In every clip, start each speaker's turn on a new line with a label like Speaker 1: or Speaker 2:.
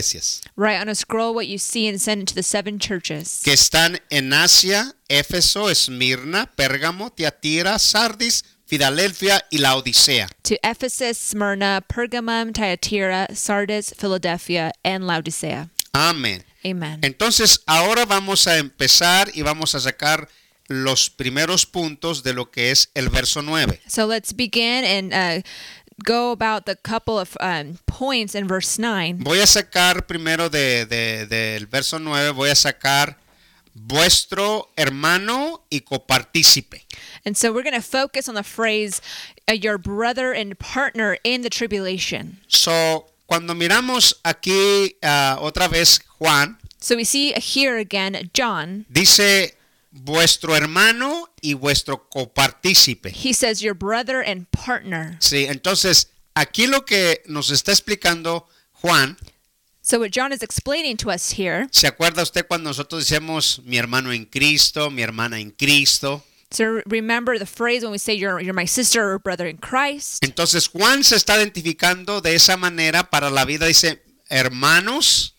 Speaker 1: iglesias
Speaker 2: Write on a scroll what you see and send it to the seven churches
Speaker 1: que están en Asia, Éfeso, Esmirna, Pérgamo, Tiatira, Sardis, Filadelfia y la Odisea.
Speaker 2: to Ephesus, Smyrna, Pergamum, Thyatira, Sardis, Philadelphia, and Laodicea.
Speaker 1: Amén.
Speaker 2: Amen.
Speaker 1: Entonces, ahora vamos a empezar y vamos a sacar los primeros puntos de lo que es el verso 9.
Speaker 2: So let's begin and uh, go about the couple of um, points in verse 9.
Speaker 1: Voy a sacar primero de- de- del verso 9, voy a sacar vuestro hermano y copartícipe.
Speaker 2: And so we're going to focus on the phrase, uh, your brother and partner in the tribulation.
Speaker 1: So, cuando miramos aquí ah, otra vez Juan,
Speaker 2: So we see here again John.
Speaker 1: dice vuestro hermano y vuestro copartícipe.
Speaker 2: He says, your brother and partner.
Speaker 1: Sí, entonces aquí lo que nos está explicando Juan,
Speaker 2: So what John is explaining to us here,
Speaker 1: ¿se acuerda usted cuando nosotros decimos mi hermano en Cristo, mi hermana en Cristo?
Speaker 2: so remember the phrase when we say you're, you're my sister or brother in Christ.
Speaker 1: Entonces Juan se está identificando de esa manera para la vida, dice hermanos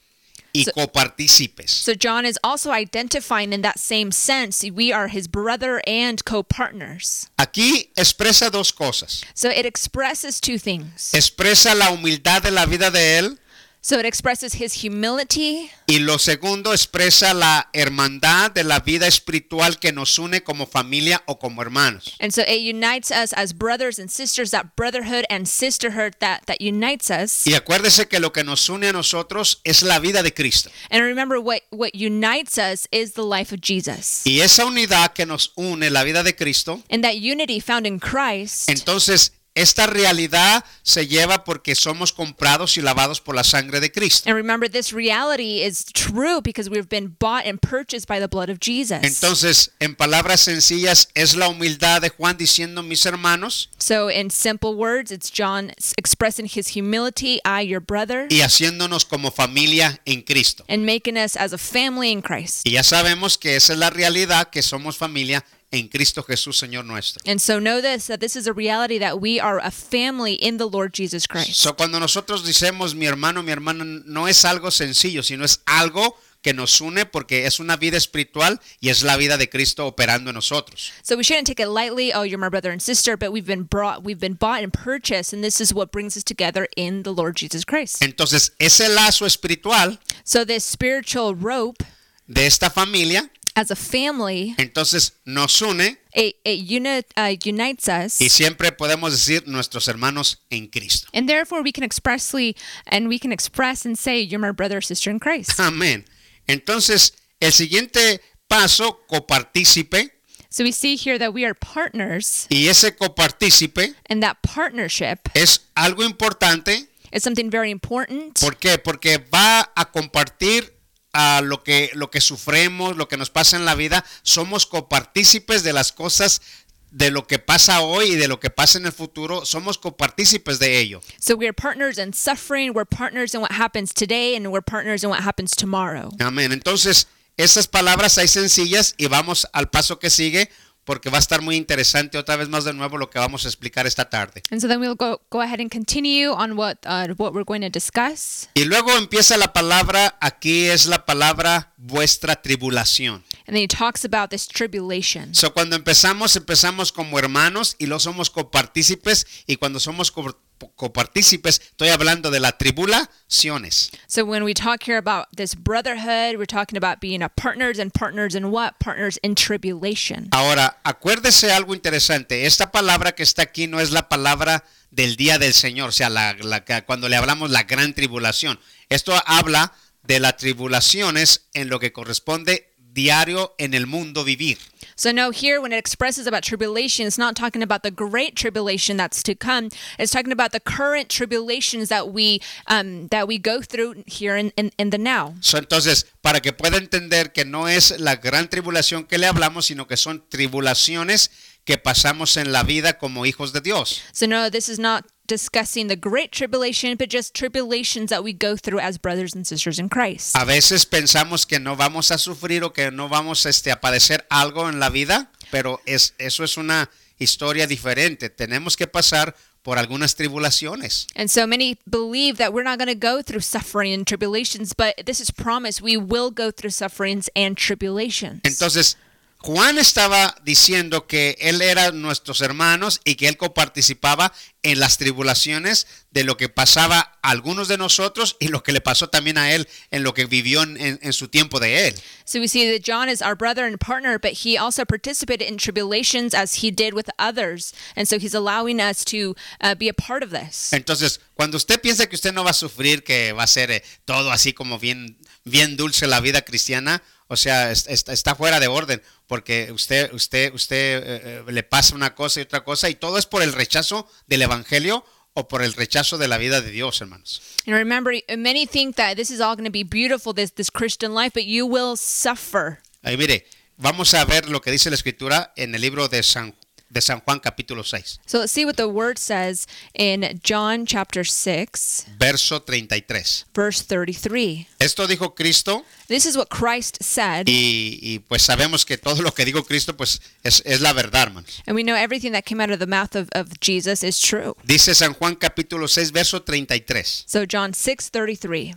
Speaker 1: y
Speaker 2: So-
Speaker 1: copartícipes.
Speaker 2: So John is also identifying in that same sense, we are his brother and co-partners.
Speaker 1: Aquí expresa dos cosas.
Speaker 2: So it expresses two things.
Speaker 1: Expresa la humildad de la vida de él
Speaker 2: So it expresses his humility,
Speaker 1: y lo segundo expresa la hermandad de la vida espiritual que nos une como familia o como hermanos.
Speaker 2: and so it unites us as brothers and sisters. That brotherhood and sisterhood that that unites us.
Speaker 1: Y acuérdese que lo que nos une a nosotros es la vida de Cristo.
Speaker 2: And remember, what what unites us is the life of Jesus,
Speaker 1: Y esa unidad que nos une, la vida de Cristo,
Speaker 2: and that unity found in Christ.
Speaker 1: entonces esta realidad se lleva porque somos comprados y lavados por la sangre de Cristo.
Speaker 2: And remember, this reality is true because we've been bought and purchased by the blood of Jesus.
Speaker 1: Entonces, en palabras sencillas, es la humildad de Juan diciendo, mis hermanos,
Speaker 2: So, in simple words, it's John s- expressing his humility, I, your brother,
Speaker 1: y haciéndonos como familia en Cristo.
Speaker 2: and making us as a family in Christ.
Speaker 1: Y ya sabemos que esa es la realidad, que somos familia en Cristo Jesús, Señor nuestro.
Speaker 2: And so know this that this is a reality that we are a family in the Lord Jesus Christ.
Speaker 1: So, cuando nosotros decimos mi hermano, mi hermana, no es algo sencillo, sino es algo que nos une porque es una vida espiritual y es la vida de Cristo operando en nosotros.
Speaker 2: So we shouldn't take it lightly, oh you're my brother and sister, but we've been brought we've been bought and purchased and this is what brings us together in the Lord Jesus Christ.
Speaker 1: Entonces, ese lazo espiritual
Speaker 2: So this spiritual rope
Speaker 1: de esta familia,
Speaker 2: as a family,
Speaker 1: entonces nos une
Speaker 2: it, it uni- uh, unites
Speaker 1: y
Speaker 2: us.
Speaker 1: siempre podemos decir nuestros hermanos en Cristo.
Speaker 2: And therefore we can expressly and we can express and say you're my brother or sister in Christ.
Speaker 1: Amén. Entonces, el siguiente paso, copartícipe,
Speaker 2: So we see here that we are partners
Speaker 1: y ese copartícipe
Speaker 2: and that partnership
Speaker 1: es algo importante
Speaker 2: is something very important.
Speaker 1: ¿Por qué? Porque va a compartir a lo que lo que sufremos, lo que nos pasa en la vida, somos copartícipes de las cosas de lo que pasa hoy y de lo que pasa en el futuro, somos copartícipes de ello.
Speaker 2: So we're partners in suffering, we're partners in what happens today, and we're partners in what happens tomorrow.
Speaker 1: Amén. Entonces, esas palabras hay sencillas y vamos al paso que sigue porque va a estar muy interesante otra vez más de nuevo lo que vamos a explicar esta tarde.
Speaker 2: And so then we'll go, go ahead and continue on what uh, what we're going to discuss.
Speaker 1: Y luego empieza la palabra, aquí es la palabra vuestra tribulación.
Speaker 2: And then he talks about this tribulation.
Speaker 1: So, cuando empezamos, empezamos como hermanos y lo somos copartícipes. Y cuando somos co- copartícipes, estoy hablando de las tribulaciones.
Speaker 2: So when we talk here about this brotherhood, we're talking about being a partners and partners in what? Partners in tribulation.
Speaker 1: Ahora, acuérdese algo interesante. Esta palabra que está aquí no es la palabra del día del Señor, o sea, la- la que- cuando le hablamos la gran tribulación. Esto habla de las tribulaciones en lo que corresponde diario en el mundo vivir.
Speaker 2: So no, here when it expresses about tribulation, it's not talking about the great tribulation that's to come. It's talking about the current tribulations that we um, that we go through here in, in, in the now.
Speaker 1: So, entonces, para que pueda entender que no es la gran tribulación que le hablamos, sino que son tribulaciones que pasamos en la vida como hijos de Dios.
Speaker 2: So, no, this is not discussing the great tribulation, but just tribulations that we go through as brothers and sisters in Christ.
Speaker 1: A veces pensamos que no vamos a sufrir o que no vamos este, a padecer algo en la vida, pero es, eso es una historia diferente. Tenemos que pasar por algunas tribulaciones.
Speaker 2: And so many believe that we're not going to go through suffering and tribulations, but this is promise we will go through sufferings and tribulations.
Speaker 1: Entonces, Juan estaba diciendo que él era nuestros hermanos y que él coparticipaba en las tribulaciones de lo que pasaba a algunos de nosotros y lo que le pasó también a él en lo que vivió en, en- en su tiempo de él.
Speaker 2: so we see that John is our brother and partner, but he also participated in tribulations as he did with others. And so he's allowing us to uh, be a part of this.
Speaker 1: Entonces, cuando usted piensa que usted no va a sufrir, que va a ser eh, todo así como bien, bien dulce la vida cristiana, o sea, es- es- está fuera de orden, porque usted, usted, usted eh, eh, le pasa una cosa y otra cosa, y todo es por el rechazo del evangelio o por el rechazo de la vida de Dios, hermanos.
Speaker 2: And remember, many think that this is all going to be beautiful, this, this Christian life, but you will suffer.
Speaker 1: Ahí mire, vamos a ver lo que dice la escritura en el libro de San, de San Juan capítulo 6,
Speaker 2: So let's see what the word says in John chapter 6,
Speaker 1: verso 33.
Speaker 2: verse 33.
Speaker 1: Esto dijo Cristo
Speaker 2: This is what Christ said.
Speaker 1: y, y, pues sabemos que todo lo que dijo Cristo pues es, es la verdad, hermanos.
Speaker 2: And we know everything that came out of the mouth of, of Jesus is true.
Speaker 1: Dice San Juan capítulo 6, verso 33.
Speaker 2: So John 6:33,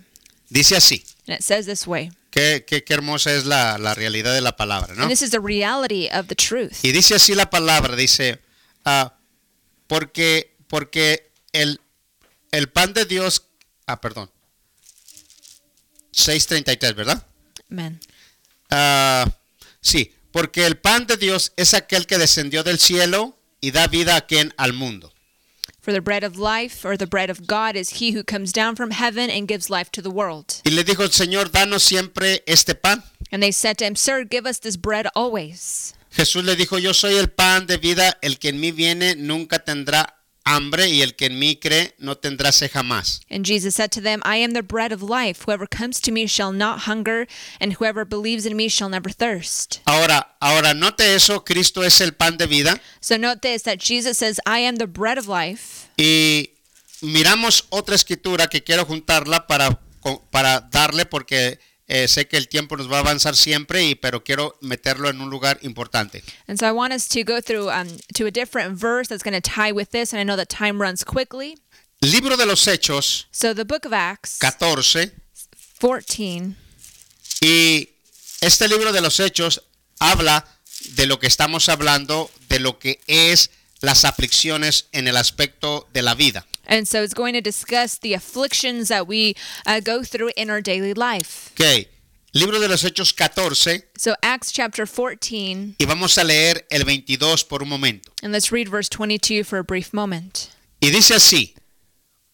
Speaker 1: Dice así,
Speaker 2: and it says this way.
Speaker 1: qué, qué, qué hermosa es la, la realidad de la palabra, ¿no?
Speaker 2: And this is the reality of the truth.
Speaker 1: Y dice así la palabra, dice, ah, porque, porque el, el pan de Dios, ah, perdón, 6.33, ¿verdad?
Speaker 2: Amen.
Speaker 1: Ah, sí, porque el pan de Dios es aquel que descendió del cielo y da vida a quien al mundo.
Speaker 2: For the bread of life or the bread of God is he who comes down from heaven and gives life to the world.
Speaker 1: Y le dijo el Señor, danos siempre este pan.
Speaker 2: And they said to him, Sir, give us this bread always.
Speaker 1: Jesús le dijo, yo soy el pan de vida, el que en mí viene nunca tendrá hambre y el que en mí cree no tendrá sed jamás.
Speaker 2: And Jesus said to them, I am the bread of life. Whoever comes to me shall not hunger, and whoever believes in me shall never thirst.
Speaker 1: Ahora, ahora note eso, Cristo es el pan de vida
Speaker 2: So note this that Jesus says, I am the bread of life.
Speaker 1: y miramos otra escritura que quiero juntarla para, co- para darle porque eh, sé que el tiempo nos va a avanzar siempre y pero quiero meterlo en un lugar importante.
Speaker 2: And so I want us to go through um, to a different verse that's going to tie with this. And I know that time runs quickly.
Speaker 1: Libro de los Hechos
Speaker 2: So the book of Acts
Speaker 1: 14
Speaker 2: 14.
Speaker 1: y este libro de los Hechos habla de lo que estamos hablando, de lo que es las aflicciones en el aspecto de la vida.
Speaker 2: And so it's going to discuss the afflictions that we uh, go through in our daily life.
Speaker 1: Ok, libro de los Hechos 14
Speaker 2: So Acts chapter 14,
Speaker 1: y vamos a leer el 22 por un momento.
Speaker 2: and let's read verse 22 for a brief moment.
Speaker 1: Y dice así,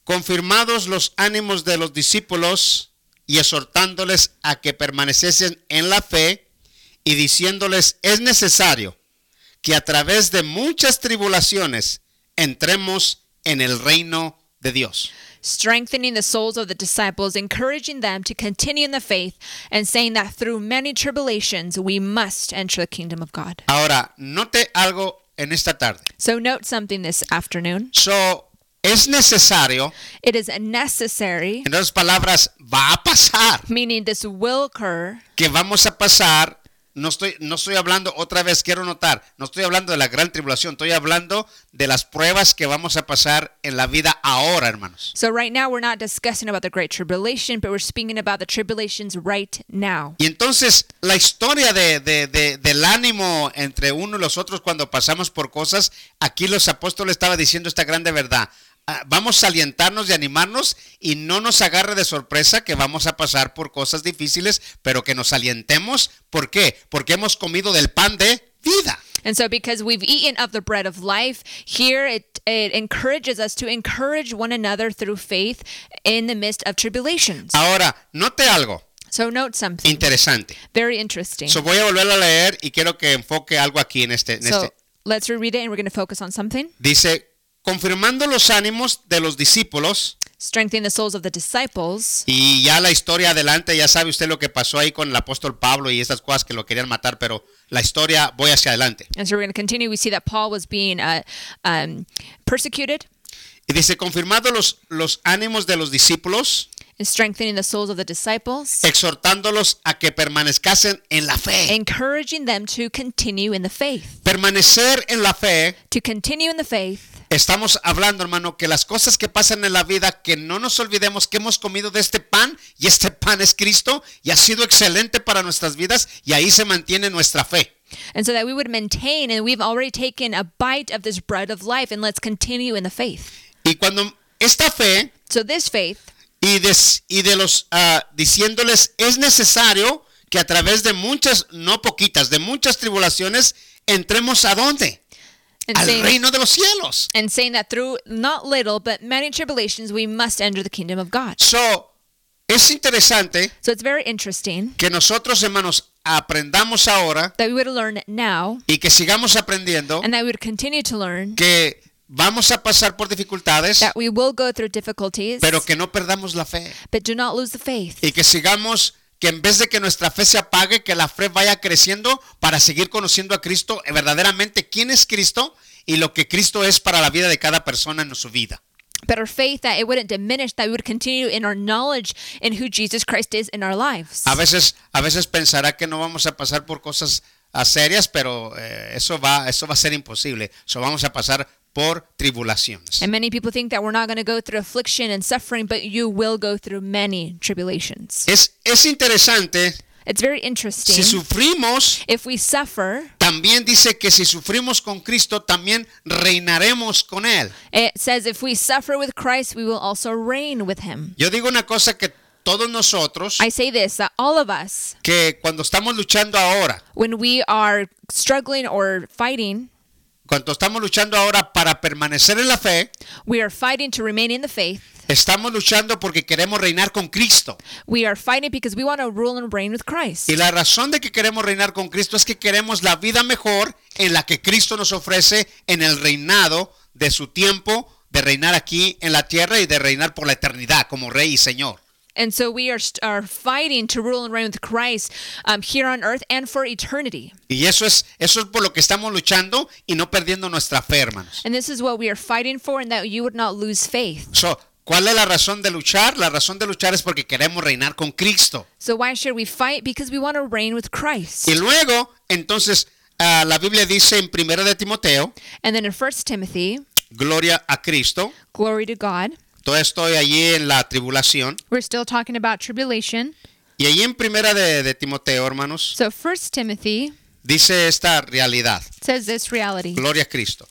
Speaker 1: confirmados los ánimos de los discípulos y exhortándoles a que permaneciesen en la fe y diciéndoles, es necesario que a través de muchas tribulaciones entremos en el reino de Dios.
Speaker 2: strengthening the souls of the disciples, encouraging them to continue in the faith, and saying that through many tribulations we must enter the kingdom of God.
Speaker 1: Ahora, note algo en esta tarde.
Speaker 2: So, note something this afternoon.
Speaker 1: So, es necesario,
Speaker 2: It is necessary,
Speaker 1: en otras palabras, va a pasar,
Speaker 2: meaning this will occur.
Speaker 1: que vamos a pasar. No estoy, no estoy hablando otra vez, quiero notar, no estoy hablando de la gran tribulación, estoy hablando de las pruebas que vamos a pasar en la vida ahora, hermanos.
Speaker 2: So, right now, we're not discussing about the Great Tribulation, but we're speaking about the tribulations right now.
Speaker 1: Y entonces la historia de, de- de- del ánimo entre uno y los otros cuando pasamos por cosas, aquí los apóstoles estaba diciendo esta grande verdad. Ah, Vamos a alientarnos y animarnos y no nos agarre de sorpresa que vamos a pasar por cosas difíciles, pero que nos alientemos. ¿Por qué? Porque hemos comido del pan de vida.
Speaker 2: And so, because we've eaten of the bread of life, here it, it encourages us to encourage one another through faith in the midst of tribulations.
Speaker 1: Ahora, note algo
Speaker 2: So, note something.
Speaker 1: interesante.
Speaker 2: Very interesting.
Speaker 1: So, voy a volver a leer y quiero que enfoque algo aquí en este. en
Speaker 2: So
Speaker 1: este.
Speaker 2: let's reread it and we're going to focus on something.
Speaker 1: Dice, confirmando los ánimos de los discípulos,
Speaker 2: Strengthening the souls of the disciples.
Speaker 1: y ya la historia adelante, ya sabe usted lo que pasó ahí con el apóstol Pablo y esas cosas que lo querían matar, pero la historia voy hacia adelante.
Speaker 2: And so we're going to continue. We see that Paul was being uh, um, persecuted.
Speaker 1: Y dice, confirmando los, los ánimos de los discípulos
Speaker 2: And strengthening the souls of the disciples,
Speaker 1: exhortándolos a que permanezcasen en la fe.
Speaker 2: encouraging them to continue in the faith.
Speaker 1: Permanecer en la fe,
Speaker 2: To continue in the faith,
Speaker 1: estamos hablando, hermano, que las cosas que pasan en la vida, que no nos olvidemos que hemos comido de este pan y este pan es Cristo y ha sido excelente para nuestras vidas y ahí se mantiene nuestra fe.
Speaker 2: and so that we would maintain, and we've already taken a bite of this bread of life, and let's continue in the faith.
Speaker 1: Y cuando esta fe
Speaker 2: So, this faith,
Speaker 1: y, des- y de los ah, diciéndoles es necesario que a través de muchas, no poquitas, de muchas tribulaciones entremos a dónde?
Speaker 2: and
Speaker 1: Al
Speaker 2: saying,
Speaker 1: reino de los cielos.
Speaker 2: and saying that through not little but many tribulations we must enter the kingdom of God.
Speaker 1: So, es interesante
Speaker 2: So it's very interesting
Speaker 1: que nosotros, hermanos, aprendamos ahora
Speaker 2: that we would learn now
Speaker 1: y que sigamos aprendiendo
Speaker 2: and that we would continue to learn
Speaker 1: que vamos a pasar por dificultades,
Speaker 2: that we will go through difficulties
Speaker 1: pero que no perdamos la fe
Speaker 2: but do not lose the faith
Speaker 1: y que sigamos que en vez de que nuestra fe se apague, que la fe vaya creciendo para seguir conociendo a Cristo eh, verdaderamente quién es Cristo y lo que Cristo es para la vida de cada persona en su vida.
Speaker 2: but our faith that it wouldn't diminish that we would continue in our knowledge in who Jesus Christ is in our lives
Speaker 1: A veces, a veces pensará que no vamos a pasar por cosas ah, serias, pero eh, eso va, eso va a ser imposible. So, vamos a pasar por tribulaciones.
Speaker 2: and many people think that we're not going to go through affliction and suffering but you will go through many tribulations
Speaker 1: Es, es interesante,
Speaker 2: it's very
Speaker 1: si
Speaker 2: interesting
Speaker 1: sufrimos,
Speaker 2: if we suffer
Speaker 1: también dice que si sufrimos con Cristo, también reinaremos con Él.
Speaker 2: it says if we suffer with Christ we will also reign with him
Speaker 1: Yo digo una cosa que todos nosotros,
Speaker 2: i say this that all of us
Speaker 1: que cuando estamos luchando ahora,
Speaker 2: when we are struggling or fighting
Speaker 1: cuando estamos luchando ahora para permanecer en la fe,
Speaker 2: We are fighting to remain in the faith.
Speaker 1: estamos luchando porque queremos reinar con Cristo.
Speaker 2: We are fighting because we want to rule and reign with Christ.
Speaker 1: Y la razón de que queremos reinar con Cristo es que queremos la vida mejor en la que Cristo nos ofrece en el reinado de su tiempo, de reinar aquí en la tierra y de reinar por la eternidad como Rey y Señor.
Speaker 2: And so we are, st- are fighting to rule and reign with Christ um, here on earth and for eternity.
Speaker 1: Y eso es, eso es por lo que estamos luchando y no perdiendo nuestra fe, hermanos.
Speaker 2: And this is what we are fighting for, and that you would not lose faith.
Speaker 1: So, ¿Cuál es la razón de luchar? La razón de luchar es porque queremos reinar con Cristo.
Speaker 2: So why should we fight? Because we want to reign with
Speaker 1: Y
Speaker 2: Christ.
Speaker 1: luego, entonces, ah, la Biblia dice en 1 de Timoteo,
Speaker 2: And then in 1 Timothy,
Speaker 1: gloria a Cristo.
Speaker 2: glory to God.
Speaker 1: Todavía estoy allí en la tribulación.
Speaker 2: We're still talking about tribulation.
Speaker 1: Y allí en 1 de, de Timoteo, hermanos,
Speaker 2: So 1 Timothy
Speaker 1: dice esta realidad.
Speaker 2: says this reality.
Speaker 1: Gloria a Cristo.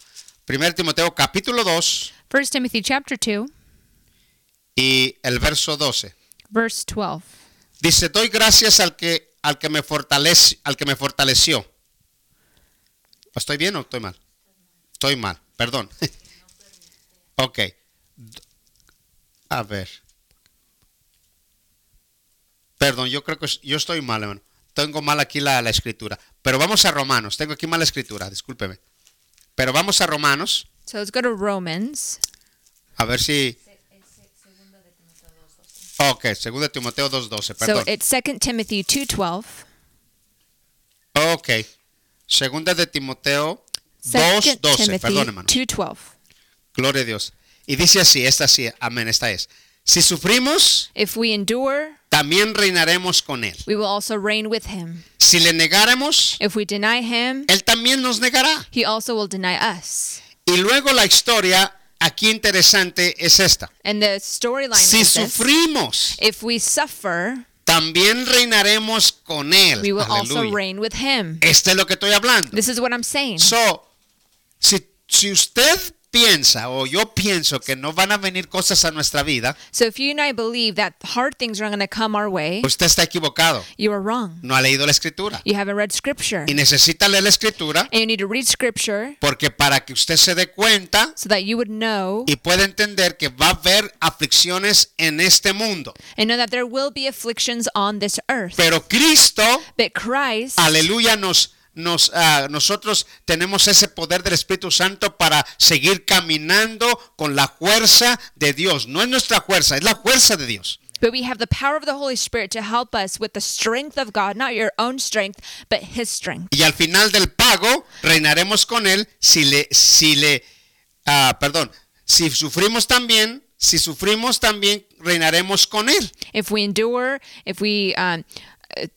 Speaker 1: 1 Timoteo capítulo 2
Speaker 2: 1 Timothy chapter 2,
Speaker 1: y el verso 12.
Speaker 2: verse 12.
Speaker 1: Dice, doy gracias al que, al que, me, fortalece, al que me fortaleció. ¿Estoy bien o estoy mal? Estoy mal, perdón. ok. D- A ver. Perdón, yo creo que es- yo estoy mal, hermano. Tengo mal aquí la, la escritura. Pero vamos a Romanos. Tengo aquí mala escritura, discúlpeme. Pero vamos a Romanos.
Speaker 2: So let's go to Romans
Speaker 1: A ver si... Ok, segundo de Timoteo 2.12,
Speaker 2: So
Speaker 1: perdón.
Speaker 2: it's 2 Timothy 2:12.
Speaker 1: Ok. Segunda de Timoteo
Speaker 2: 2
Speaker 1: 2.12.
Speaker 2: Timothy
Speaker 1: Perdón, hermano.
Speaker 2: 2:12.
Speaker 1: Gloria a Dios. Y dice así, esta sí, amén, esta es. Si sufrimos,
Speaker 2: If we endure,
Speaker 1: también reinaremos con Él.
Speaker 2: we will also reign with him.
Speaker 1: Si le negáramos,
Speaker 2: If we deny him,
Speaker 1: Él también nos negará.
Speaker 2: he also will deny us.
Speaker 1: Y luego la historia aquí interesante es esta.
Speaker 2: And the storyline
Speaker 1: Si
Speaker 2: is this.
Speaker 1: sufrimos,
Speaker 2: If we suffer,
Speaker 1: también reinaremos con Él.
Speaker 2: we will also
Speaker 1: Aleluya.
Speaker 2: reign with him.
Speaker 1: Este es lo que estoy hablando.
Speaker 2: This is what I'm saying.
Speaker 1: So, si, si usted piensa o yo pienso que no van a venir cosas a nuestra vida,
Speaker 2: So if you and I believe that hard things are going to come our way,
Speaker 1: usted está equivocado.
Speaker 2: you are wrong.
Speaker 1: No ha leído la escritura.
Speaker 2: You haven't read scripture.
Speaker 1: Y necesita leer la escritura
Speaker 2: And you need to read scripture
Speaker 1: porque para que usted se dé cuenta
Speaker 2: so that you would know
Speaker 1: y pueda entender que va a haber aflicciones en este mundo.
Speaker 2: and know that there will be afflictions on this earth.
Speaker 1: Pero Cristo,
Speaker 2: But Christ
Speaker 1: Um, aleluya, nos... Nos, ah, nosotros tenemos ese poder del Espíritu Santo para seguir caminando con la fuerza de Dios. No es nuestra fuerza, es la fuerza de Dios.
Speaker 2: But we have the power of the Holy Spirit to help us with the strength of God, not your own strength, but His strength.
Speaker 1: y al final del pago reinaremos con él si le si le ah, perdón si sufrimos también si sufrimos también reinaremos con Él.
Speaker 2: If we endure, if we um, uh,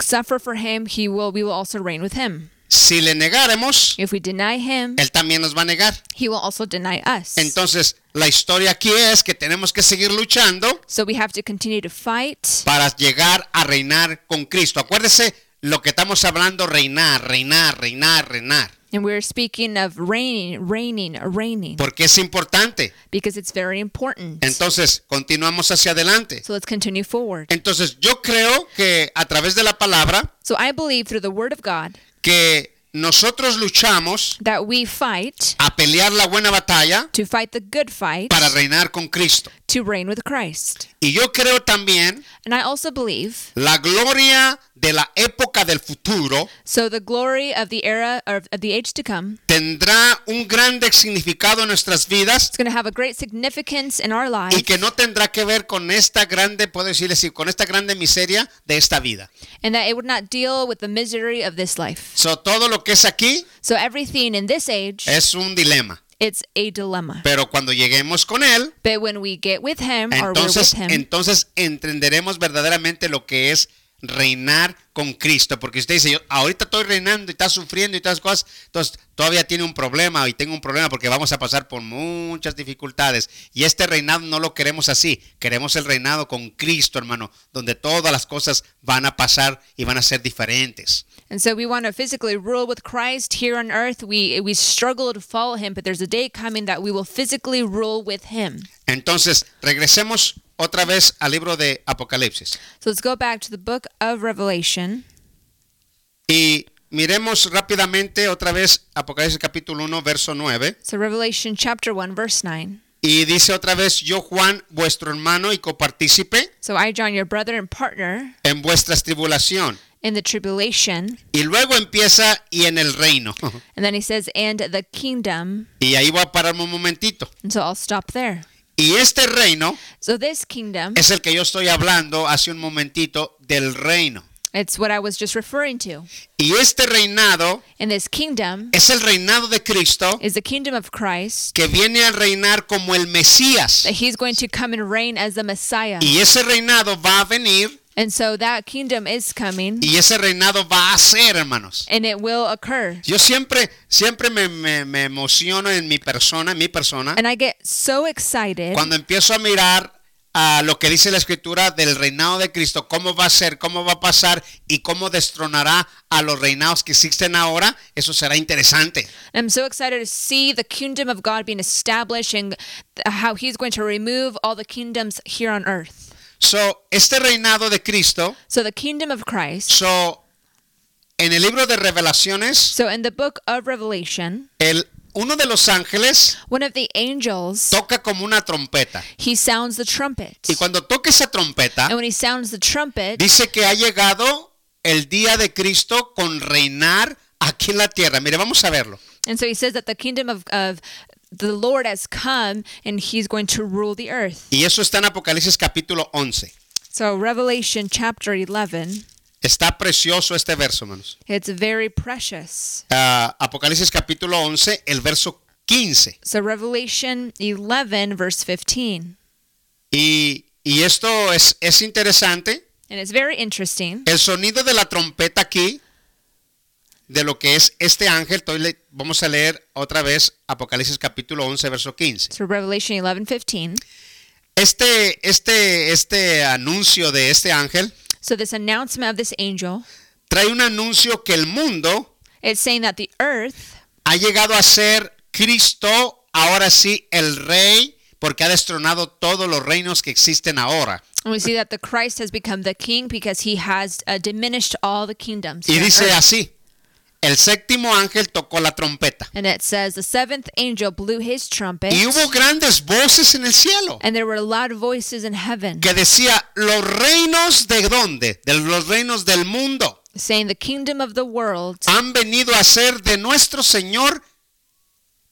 Speaker 2: suffer for Him, He will. We will also reign with Him.
Speaker 1: Si le negáremos,
Speaker 2: If we deny Him,
Speaker 1: Él también nos va a negar.
Speaker 2: He will also deny us.
Speaker 1: Entonces, la historia aquí es que tenemos que seguir luchando
Speaker 2: So we have to continue to fight
Speaker 1: para llegar a reinar con Cristo. Acuérdese lo que estamos hablando, reinar, reinar, reinar, reinar.
Speaker 2: And we're speaking of reigning, reigning, reigning,
Speaker 1: Porque es importante.
Speaker 2: because it's very important.
Speaker 1: Entonces, continuamos hacia adelante.
Speaker 2: So let's continue forward.
Speaker 1: Entonces, yo creo que a través de la palabra
Speaker 2: So I believe through the word of God
Speaker 1: que nosotros luchamos
Speaker 2: that we fight
Speaker 1: a pelear la buena batalla
Speaker 2: to fight the good fight
Speaker 1: para reinar con Cristo.
Speaker 2: to reign with Christ.
Speaker 1: Y yo creo también
Speaker 2: And I also believe
Speaker 1: la gloria de la época del futuro
Speaker 2: so the glory of the era of, of the age to come
Speaker 1: tendrá un grande significado en nuestras vidas
Speaker 2: is going to have a great significance in our
Speaker 1: y
Speaker 2: lives
Speaker 1: que no tendrá que ver con esta grande, puedo decirle así, con esta grande miseria de esta vida.
Speaker 2: and that it would not deal with the misery of this life.
Speaker 1: So, todo lo que es aquí
Speaker 2: So everything in this age
Speaker 1: es un dilema,
Speaker 2: it's a dilemma.
Speaker 1: pero cuando lleguemos con él,
Speaker 2: But when we get with him or we're with
Speaker 1: entonces,
Speaker 2: him
Speaker 1: entonces entenderemos verdaderamente lo que es reinar con Cristo, porque usted dice, yo ahorita estoy reinando y está sufriendo y todas las cosas, entonces todavía tiene un problema y tengo un problema porque vamos a pasar por muchas dificultades y este reinado no lo queremos así, queremos el reinado con Cristo, hermano, donde todas las cosas van a pasar y van a ser diferentes.
Speaker 2: And so we want to physically rule with Christ here on earth. We we struggle to follow him, but there's a day coming that we will physically rule with him.
Speaker 1: Entonces, regresemos otra vez al libro de Apocalipsis
Speaker 2: So let's go back to the book of Revelation
Speaker 1: y miremos rápidamente otra vez Apocalipsis capítulo 1, verso 9.
Speaker 2: So Revelation chapter 1 verse 9.
Speaker 1: Y dice otra vez, yo Juan, vuestro hermano y copartícipe
Speaker 2: So I John your brother and partner
Speaker 1: en vuestras tribulación.
Speaker 2: in the tribulation.
Speaker 1: Y luego empieza y en el reino.
Speaker 2: And then he says and the kingdom.
Speaker 1: Y ahí voy a pararme un momentito.
Speaker 2: And so I'll stop there.
Speaker 1: Y este reino
Speaker 2: So this kingdom,
Speaker 1: es el que yo estoy hablando hace un momentito del reino.
Speaker 2: it's what I was just referring to.
Speaker 1: Y este reinado
Speaker 2: And this kingdom
Speaker 1: es el reinado de Cristo
Speaker 2: is the kingdom of Christ
Speaker 1: que viene a reinar como el Mesías.
Speaker 2: that he's going to come and reign as the Messiah.
Speaker 1: Y ese reinado va a venir
Speaker 2: And so that kingdom is coming
Speaker 1: y ese reinado va a ser, hermanos.
Speaker 2: and it will occur.
Speaker 1: Yo siempre, siempre me, me- me emociono en mi persona, en mi persona.
Speaker 2: And I get so excited
Speaker 1: Cuando empiezo a mirar a lo que dice la escritura del reinado de Cristo, cómo va a ser, cómo va a pasar y cómo destronará a los reinados que existen ahora, eso será interesante.
Speaker 2: I'm so excited to see the kingdom of God being established and th- how he's going to remove all the kingdoms here on earth.
Speaker 1: So, este reinado de Cristo,
Speaker 2: So the kingdom of Christ.
Speaker 1: so en el libro de Revelaciones,
Speaker 2: So in the book of Revelation,
Speaker 1: el uno de los ángeles
Speaker 2: one of the angels,
Speaker 1: toca como una trompeta.
Speaker 2: he sounds the trumpet.
Speaker 1: Y cuando toca esa trompeta,
Speaker 2: And when he sounds the trumpet,
Speaker 1: dice que ha llegado el día de Cristo con reinar aquí en la tierra. Mire, vamos a verlo.
Speaker 2: and so he says that the kingdom of, of the Lord has come and he's going to rule the earth.
Speaker 1: Y eso está en Apocalipsis capítulo 11.
Speaker 2: So Revelation chapter 11,
Speaker 1: Está precioso este verso, hermanos.
Speaker 2: it's very precious.
Speaker 1: Ah, Apocalipsis capítulo 11, el verso 15.
Speaker 2: So Revelation 11 verse 15.
Speaker 1: Y, y esto es, es interesante.
Speaker 2: And it's very interesting.
Speaker 1: El sonido de la trompeta aquí, de lo que es este ángel, estoy le- vamos a leer otra vez Apocalipsis capítulo 11, verso 15.
Speaker 2: So Revelation 11:15.
Speaker 1: Este, este, este anuncio de este ángel
Speaker 2: So this announcement of this angel,
Speaker 1: trae un anuncio que el mundo
Speaker 2: it's saying that the earth
Speaker 1: ha llegado a ser Cristo, ahora sí, el rey, porque ha destronado todos los reinos que existen ahora.
Speaker 2: and we see that the Christ has become the king because he has uh, diminished all the kingdoms.
Speaker 1: Y
Speaker 2: here on
Speaker 1: dice
Speaker 2: earth.
Speaker 1: así, el séptimo ángel tocó la trompeta.
Speaker 2: and it says the seventh angel blew his trumpet
Speaker 1: Y hubo grandes voces en el cielo
Speaker 2: and there were loud voices in heaven
Speaker 1: que decía, los reinos de dónde? De los reinos del mundo
Speaker 2: saying the kingdom of the world
Speaker 1: han venido a ser de nuestro Señor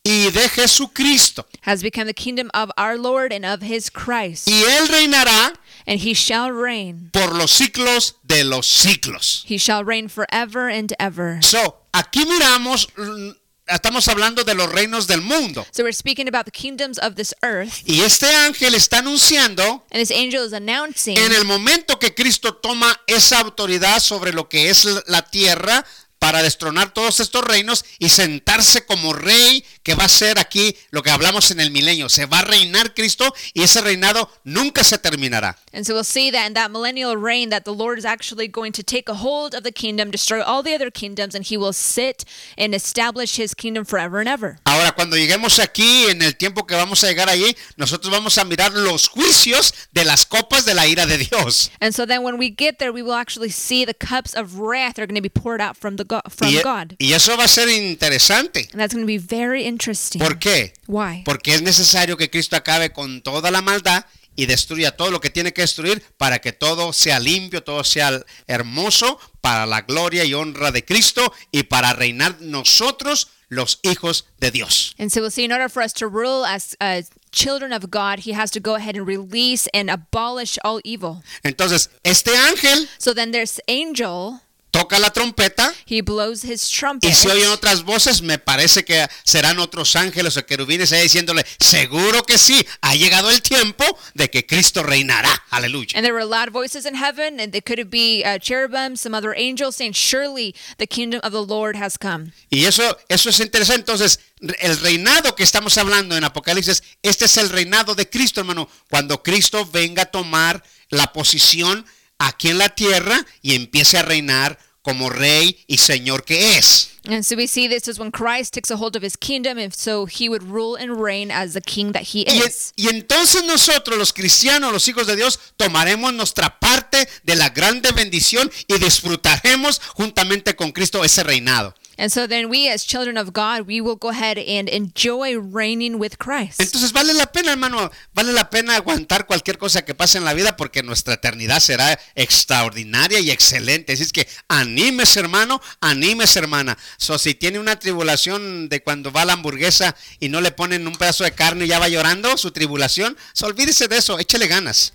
Speaker 1: y de Jesucristo.
Speaker 2: has become the kingdom of our Lord and of his Christ
Speaker 1: Y él reinará
Speaker 2: and he shall reign.
Speaker 1: por los siglos de los siglos.
Speaker 2: He shall reign forever and ever.
Speaker 1: So, aquí miramos mm, estamos hablando de los reinos del mundo.
Speaker 2: So we're speaking about the kingdoms of this earth.
Speaker 1: Y este ángel está anunciando
Speaker 2: And this angel is announcing
Speaker 1: en el momento que Cristo toma esa autoridad sobre lo que es la tierra para destronar todos estos reinos y sentarse como rey que va a ser aquí lo que hablamos en el milenio. Se va a reinar Cristo y ese reinado nunca se terminará.
Speaker 2: And so we'll see that in that millennial reign that the Lord is actually going to take a hold of the kingdom, destroy all the other kingdoms, and he will sit and establish his kingdom forever and ever.
Speaker 1: Ahora, cuando lleguemos aquí, en el tiempo que vamos a llegar allí, nosotros vamos a mirar los juicios de las copas de la ira de Dios.
Speaker 2: And so then when we get there, we will actually see the cups of wrath are going to be poured out from the go- from
Speaker 1: Y, e,
Speaker 2: God.
Speaker 1: y eso va a ser interesante.
Speaker 2: And that's going to be very interesting.
Speaker 1: ¿Por qué?
Speaker 2: Why?
Speaker 1: Porque es necesario que Cristo acabe con toda la maldad y destruya todo lo que tiene que destruir para que todo sea limpio, todo sea hermoso para la gloria y honra de Cristo y para reinar nosotros los hijos de Dios.
Speaker 2: And so we'll see in order for us to rule as uh, children of God, he has to go ahead and release and abolish all evil.
Speaker 1: Entonces, este ángel
Speaker 2: So then there's angel,
Speaker 1: toca la trompeta
Speaker 2: he blows his trumpet.
Speaker 1: y si oyen otras voces, me parece que serán otros ángeles o querubines ahí diciéndole, seguro que sí, ha llegado el tiempo de que Cristo reinará. Aleluya.
Speaker 2: And there were loud voices in heaven, and they could be uh, cherubim, some other angels saying, "Surely the kingdom of the Lord has come."
Speaker 1: Y eso, eso es interesante. Entonces, re- el reinado que estamos hablando en Apocalipsis, este es el reinado de Cristo, hermano. Cuando Cristo venga a tomar la posición aquí en la tierra y empiece a reinar como rey y señor que es.
Speaker 2: And so we see this is when Christ takes a hold of His kingdom, and so He would rule and reign as the King that He
Speaker 1: Y,
Speaker 2: is.
Speaker 1: y entonces nosotros, los cristianos, los hijos de Dios, tomaremos nuestra parte de la grande bendición y disfrutaremos juntamente con Cristo ese reinado.
Speaker 2: And so then we, as children of God, we will go ahead and enjoy reigning with Christ.
Speaker 1: Entonces vale la pena, hermano, vale la pena aguantar cualquier cosa que pase en la vida porque nuestra eternidad será extraordinaria y excelente. Así es que anímese, hermano, anímese, hermana. So, si tiene una tribulación de cuando va a la hamburguesa y no le ponen un pedazo de carne y ya va llorando, su tribulación, so, olvídese de eso, échele ganas.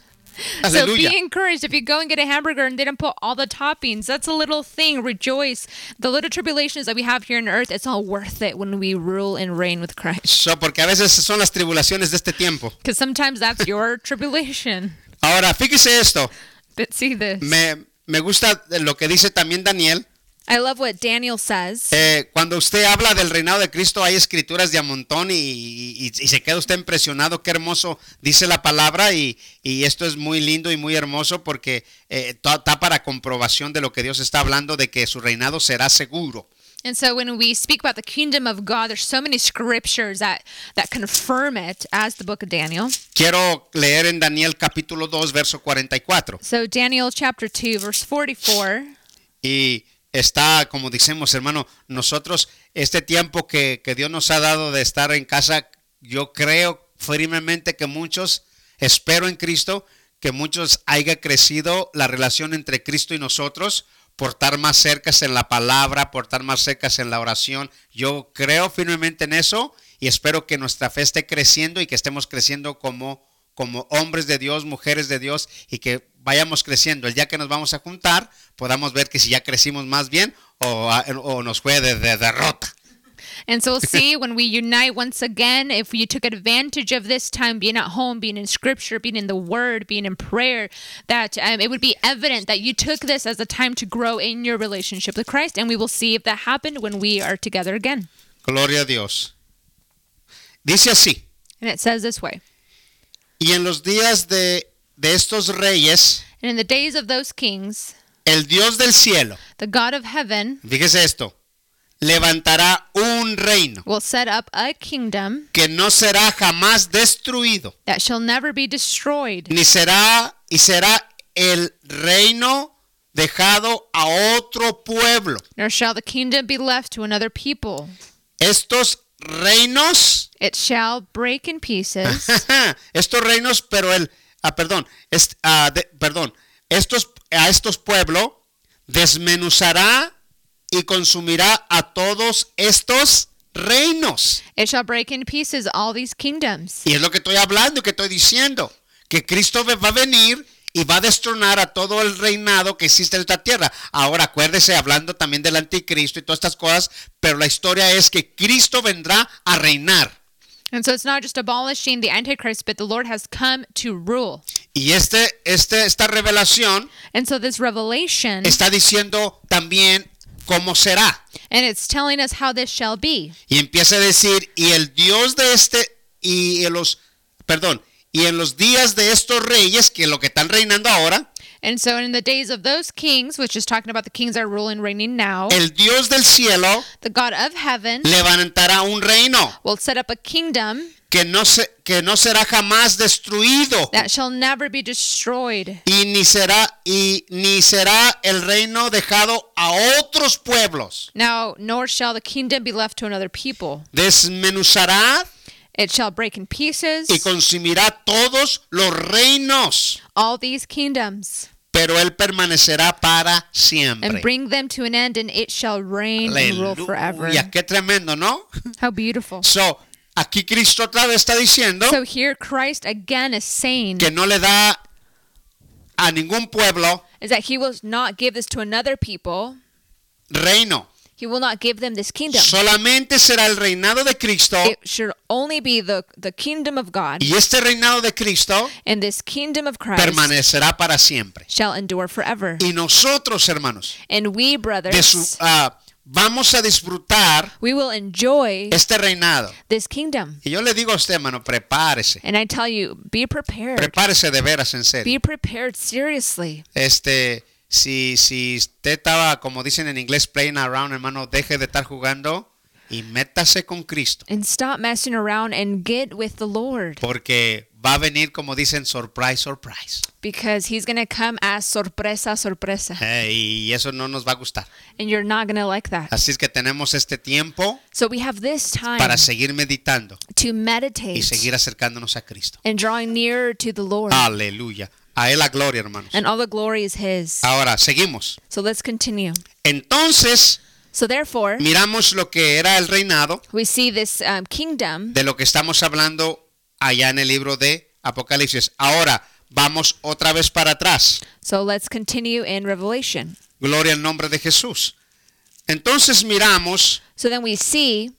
Speaker 2: So
Speaker 1: Aleluya.
Speaker 2: be encouraged if you go and get a hamburger and they don't put all the toppings. That's a little thing. Rejoice. The little tribulations that we have here on earth, it's all worth it when we rule and reign with Christ.
Speaker 1: So, porque a veces son las tribulaciones de este tiempo.
Speaker 2: Because sometimes that's your tribulation.
Speaker 1: Ahora, fíjese esto.
Speaker 2: But see this.
Speaker 1: Me, me gusta lo que dice también Daniel.
Speaker 2: I love what Daniel says.
Speaker 1: Eh, cuando usted habla del reinado de Cristo, hay escrituras de a montón y, y- y se queda usted impresionado. Qué hermoso dice la palabra y, y esto es muy lindo y muy hermoso porque eh, ta- está para comprobación de lo que Dios está hablando, de que su reinado será seguro.
Speaker 2: And so when we speak about the kingdom of God, there's so many scriptures that that confirm it as the book of Daniel.
Speaker 1: Quiero leer en Daniel capítulo 2, verso 44.
Speaker 2: So Daniel chapter 2 verse 44.
Speaker 1: Y está, como decimos, hermano, nosotros, este tiempo que, que Dios nos ha dado de estar en casa, yo creo firmemente que muchos, espero en Cristo, que muchos haya crecido la relación entre Cristo y nosotros, por estar más cercas en la palabra, por estar más cercas en la oración. Yo creo firmemente en eso y espero que nuestra fe esté creciendo y que estemos creciendo como como hombres de Dios, mujeres de Dios y que vayamos creciendo. El día que nos vamos a juntar, podamos ver que si ya crecimos más bien o, a- o nos fue de, de derrota.
Speaker 2: And so we'll see when we unite once again, if you took advantage of this time being at home, being in scripture, being in the word, being in prayer, that um, it would be evident that you took this as a time to grow in your relationship with Christ. And we will see if that happened when we are together again.
Speaker 1: Gloria a Dios. Dice así,
Speaker 2: And it says this way.
Speaker 1: y en los días de, de estos reyes,
Speaker 2: And in the days of those kings,
Speaker 1: el Dios del cielo,
Speaker 2: the God of heaven
Speaker 1: fíjese esto, levantará un reino
Speaker 2: will set up a kingdom
Speaker 1: que no será jamás destruido,
Speaker 2: that shall never be destroyed,
Speaker 1: ni será, y será el reino dejado a otro pueblo.
Speaker 2: nor shall the kingdom be left to another people.
Speaker 1: estos reinos,
Speaker 2: It shall break in pieces.
Speaker 1: estos reinos, pero el, ah, perdón, est- ah, de- perdón, estos, a estos pueblos desmenuzará y consumirá a todos estos reinos.
Speaker 2: it shall break in pieces all these kingdoms.
Speaker 1: Y es lo que estoy hablando, y que estoy diciendo, que Cristo va a venir y va a destronar a todo el reinado que existe en esta tierra. Ahora acuérdese, hablando también del anticristo y todas estas cosas, pero la historia es que Cristo vendrá a reinar.
Speaker 2: And so it's not just abolishing the Antichrist, but the Lord has come to rule.
Speaker 1: Y este, este, esta revelación
Speaker 2: And so this revelation,
Speaker 1: está diciendo también cómo será.
Speaker 2: and it's telling us how this shall be.
Speaker 1: Y empieza a decir, y el Dios de este, y en los, perdón, y en los días de estos reyes, que lo que están reinando ahora,
Speaker 2: And so in the days of those kings, which is talking about the kings that are ruling, reigning now,
Speaker 1: el Dios del cielo
Speaker 2: the God of heaven
Speaker 1: levantará un reino
Speaker 2: will set up a kingdom
Speaker 1: que no, se, que no será jamás destruido
Speaker 2: that shall never be destroyed.
Speaker 1: y ni será y ni será el reino dejado a otros pueblos.
Speaker 2: Now, nor shall the kingdom be left to another people.
Speaker 1: Desmenuzará
Speaker 2: It shall break in pieces
Speaker 1: y consumirá todos los reinos,
Speaker 2: all these kingdoms
Speaker 1: pero él permanecerá para
Speaker 2: and
Speaker 1: siempre.
Speaker 2: bring them to an end, and it shall reign and rule forever.
Speaker 1: Aleluya, qué tremendo, ¿no?
Speaker 2: How beautiful.
Speaker 1: So, aquí Cristo otra vez está diciendo
Speaker 2: So here, Christ again is saying
Speaker 1: que no le da a ningún pueblo
Speaker 2: is that he will not give this to another people.
Speaker 1: reino.
Speaker 2: He will not give them this kingdom.
Speaker 1: Solamente será el reinado de Cristo
Speaker 2: It should only be the, the kingdom of God,
Speaker 1: y este reinado de Cristo
Speaker 2: and this kingdom of Christ
Speaker 1: permanecerá para siempre.
Speaker 2: shall endure forever.
Speaker 1: Y nosotros, hermanos,
Speaker 2: And
Speaker 1: de
Speaker 2: we,
Speaker 1: su,
Speaker 2: brothers,
Speaker 1: ah, vamos a disfrutar
Speaker 2: we will enjoy
Speaker 1: este reinado.
Speaker 2: this kingdom.
Speaker 1: Y yo le digo a usted, hermano, prepárese.
Speaker 2: And I tell you, be prepared.
Speaker 1: Prepárese de veras, en serio.
Speaker 2: Be prepared seriously.
Speaker 1: Este, si, si usted estaba, como dicen en inglés, playing around, hermano, deje de estar jugando y métase con Cristo.
Speaker 2: And stop messing around and get with the Lord
Speaker 1: Porque va a venir, como dicen, surprise, surprise.
Speaker 2: because He's going to come as sorpresa, sorpresa.
Speaker 1: Eh, y eso no nos va a gustar.
Speaker 2: And you're not going to like that.
Speaker 1: Así es que tenemos este tiempo
Speaker 2: So we have this
Speaker 1: para
Speaker 2: time
Speaker 1: seguir meditando
Speaker 2: to
Speaker 1: y
Speaker 2: meditate
Speaker 1: seguir Ah. acercándonos a Cristo.
Speaker 2: and drawing nearer to the Lord.
Speaker 1: Aleluya. A Él la gloria, hermanos.
Speaker 2: And all the glory is His.
Speaker 1: Ahora, seguimos.
Speaker 2: So let's continue.
Speaker 1: Entonces,
Speaker 2: So therefore,
Speaker 1: miramos lo que era el reinado,
Speaker 2: we see this um, kingdom.
Speaker 1: de lo que estamos hablando allá en el libro de Apocalipsis. Ahora, vamos otra vez para atrás.
Speaker 2: So let's continue in Revelation.
Speaker 1: Gloria al nombre de Jesús. Entonces, miramos
Speaker 2: So then we see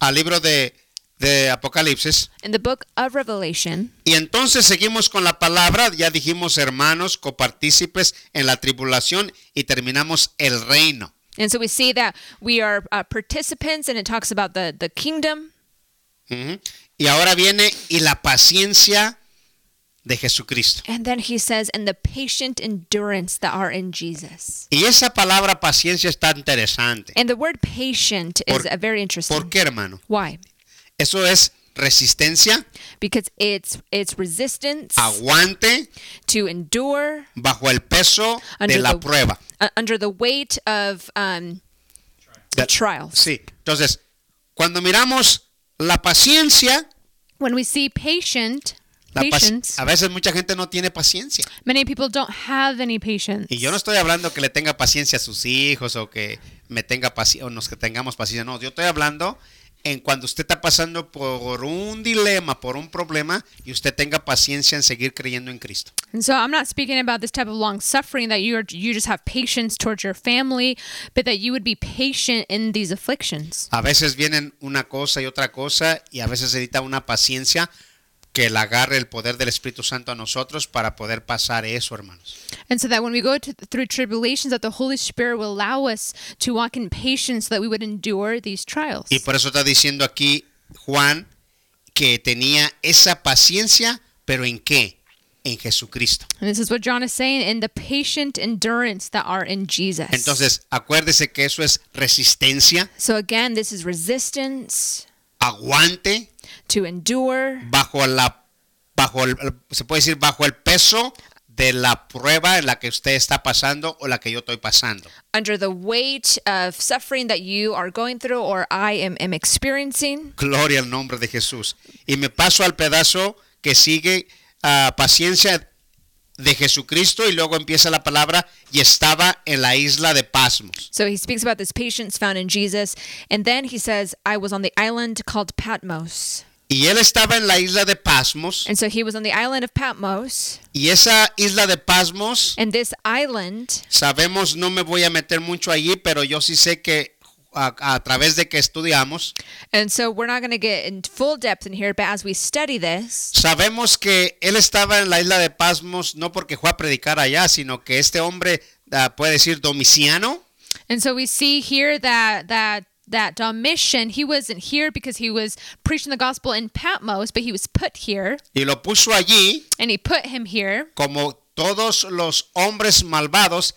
Speaker 1: al libro de, de Apocalipsis.
Speaker 2: in the book of Revelation,
Speaker 1: Y entonces seguimos con la palabra, ya dijimos hermanos, copartícipes en la tribulación y terminamos el reino.
Speaker 2: and so we see that we are uh, participants, and it talks about the the kingdom.
Speaker 1: Ujú. Y ahora viene y la paciencia de Jesucristo.
Speaker 2: And then he says, and the patient endurance that are in Jesus.
Speaker 1: Y esa palabra paciencia está interesante.
Speaker 2: And the word patient is
Speaker 1: Por-
Speaker 2: uh, very interesting.
Speaker 1: ¿Por qué, hermano?
Speaker 2: Why?
Speaker 1: Eso es resistencia,
Speaker 2: Because it's it's resistance
Speaker 1: aguante
Speaker 2: to endure
Speaker 1: bajo el peso de
Speaker 2: Under
Speaker 1: la
Speaker 2: the-
Speaker 1: prueba.
Speaker 2: uh, under the weight of um,
Speaker 1: That-
Speaker 2: trials.
Speaker 1: Sí. Entonces, cuando miramos la paciencia,
Speaker 2: When we see patient,
Speaker 1: la paci-
Speaker 2: patience,
Speaker 1: a veces mucha gente no tiene paciencia.
Speaker 2: many people don't have any patience.
Speaker 1: Y yo no estoy hablando que le tenga paciencia a sus hijos o que me tenga paciencia o nos que tengamos paciencia. No, yo estoy hablando en cuando usted está pasando por un dilema, por un problema y usted tenga paciencia en seguir creyendo en Cristo.
Speaker 2: And so I'm not speaking about this type of long suffering that you are, you just have patience towards your family, but that you would be patient in these afflictions.
Speaker 1: A veces vienen una cosa y otra cosa y a veces se necesita una paciencia que la agarre el poder del Espíritu Santo a nosotros para poder pasar eso, hermanos.
Speaker 2: And so that when we go to, through tribulations, that the Holy Spirit will allow us to walk in patience, so that we would endure these trials.
Speaker 1: Y por eso está diciendo aquí Juan que tenía esa paciencia, pero ¿en qué? En Jesucristo.
Speaker 2: And this is what John is saying in the patient endurance that are in Jesus.
Speaker 1: Entonces, acuérdese que eso es resistencia,
Speaker 2: so again, this is resistance
Speaker 1: aguante
Speaker 2: to endure
Speaker 1: bajo la bajo el, se puede decir bajo el peso de la prueba en la que usted está pasando o la que yo estoy pasando.
Speaker 2: under the weight of suffering that you are going through or I am, am experiencing.
Speaker 1: Gloria al nombre de Jesús. Y me paso al pedazo que sigue ah, paciencia de Jesucristo y luego empieza la palabra y estaba en la isla de Pasmos.
Speaker 2: So he speaks about this patience found in Jesus. And then he says, I was on the island called Patmos.
Speaker 1: Y él estaba en la isla de Pasmos.
Speaker 2: And so he was on the island of Patmos.
Speaker 1: Y esa isla de Pasmos,
Speaker 2: And this island,
Speaker 1: sabemos, no me voy a meter mucho allí, pero yo sí sé que a, a través de que estudiamos,
Speaker 2: and so we're not going to get in full depth in here, but as we study this,
Speaker 1: sabemos que él estaba en la isla de Pasmos no porque fue a predicar allá, sino que este hombre, ah, puede decir, domiciano,
Speaker 2: and so we see here that that that Domitian he wasn't here because he was preaching the gospel in Patmos, but he was put here,
Speaker 1: y lo puso allí
Speaker 2: and he put him here.
Speaker 1: como todos los hombres malvados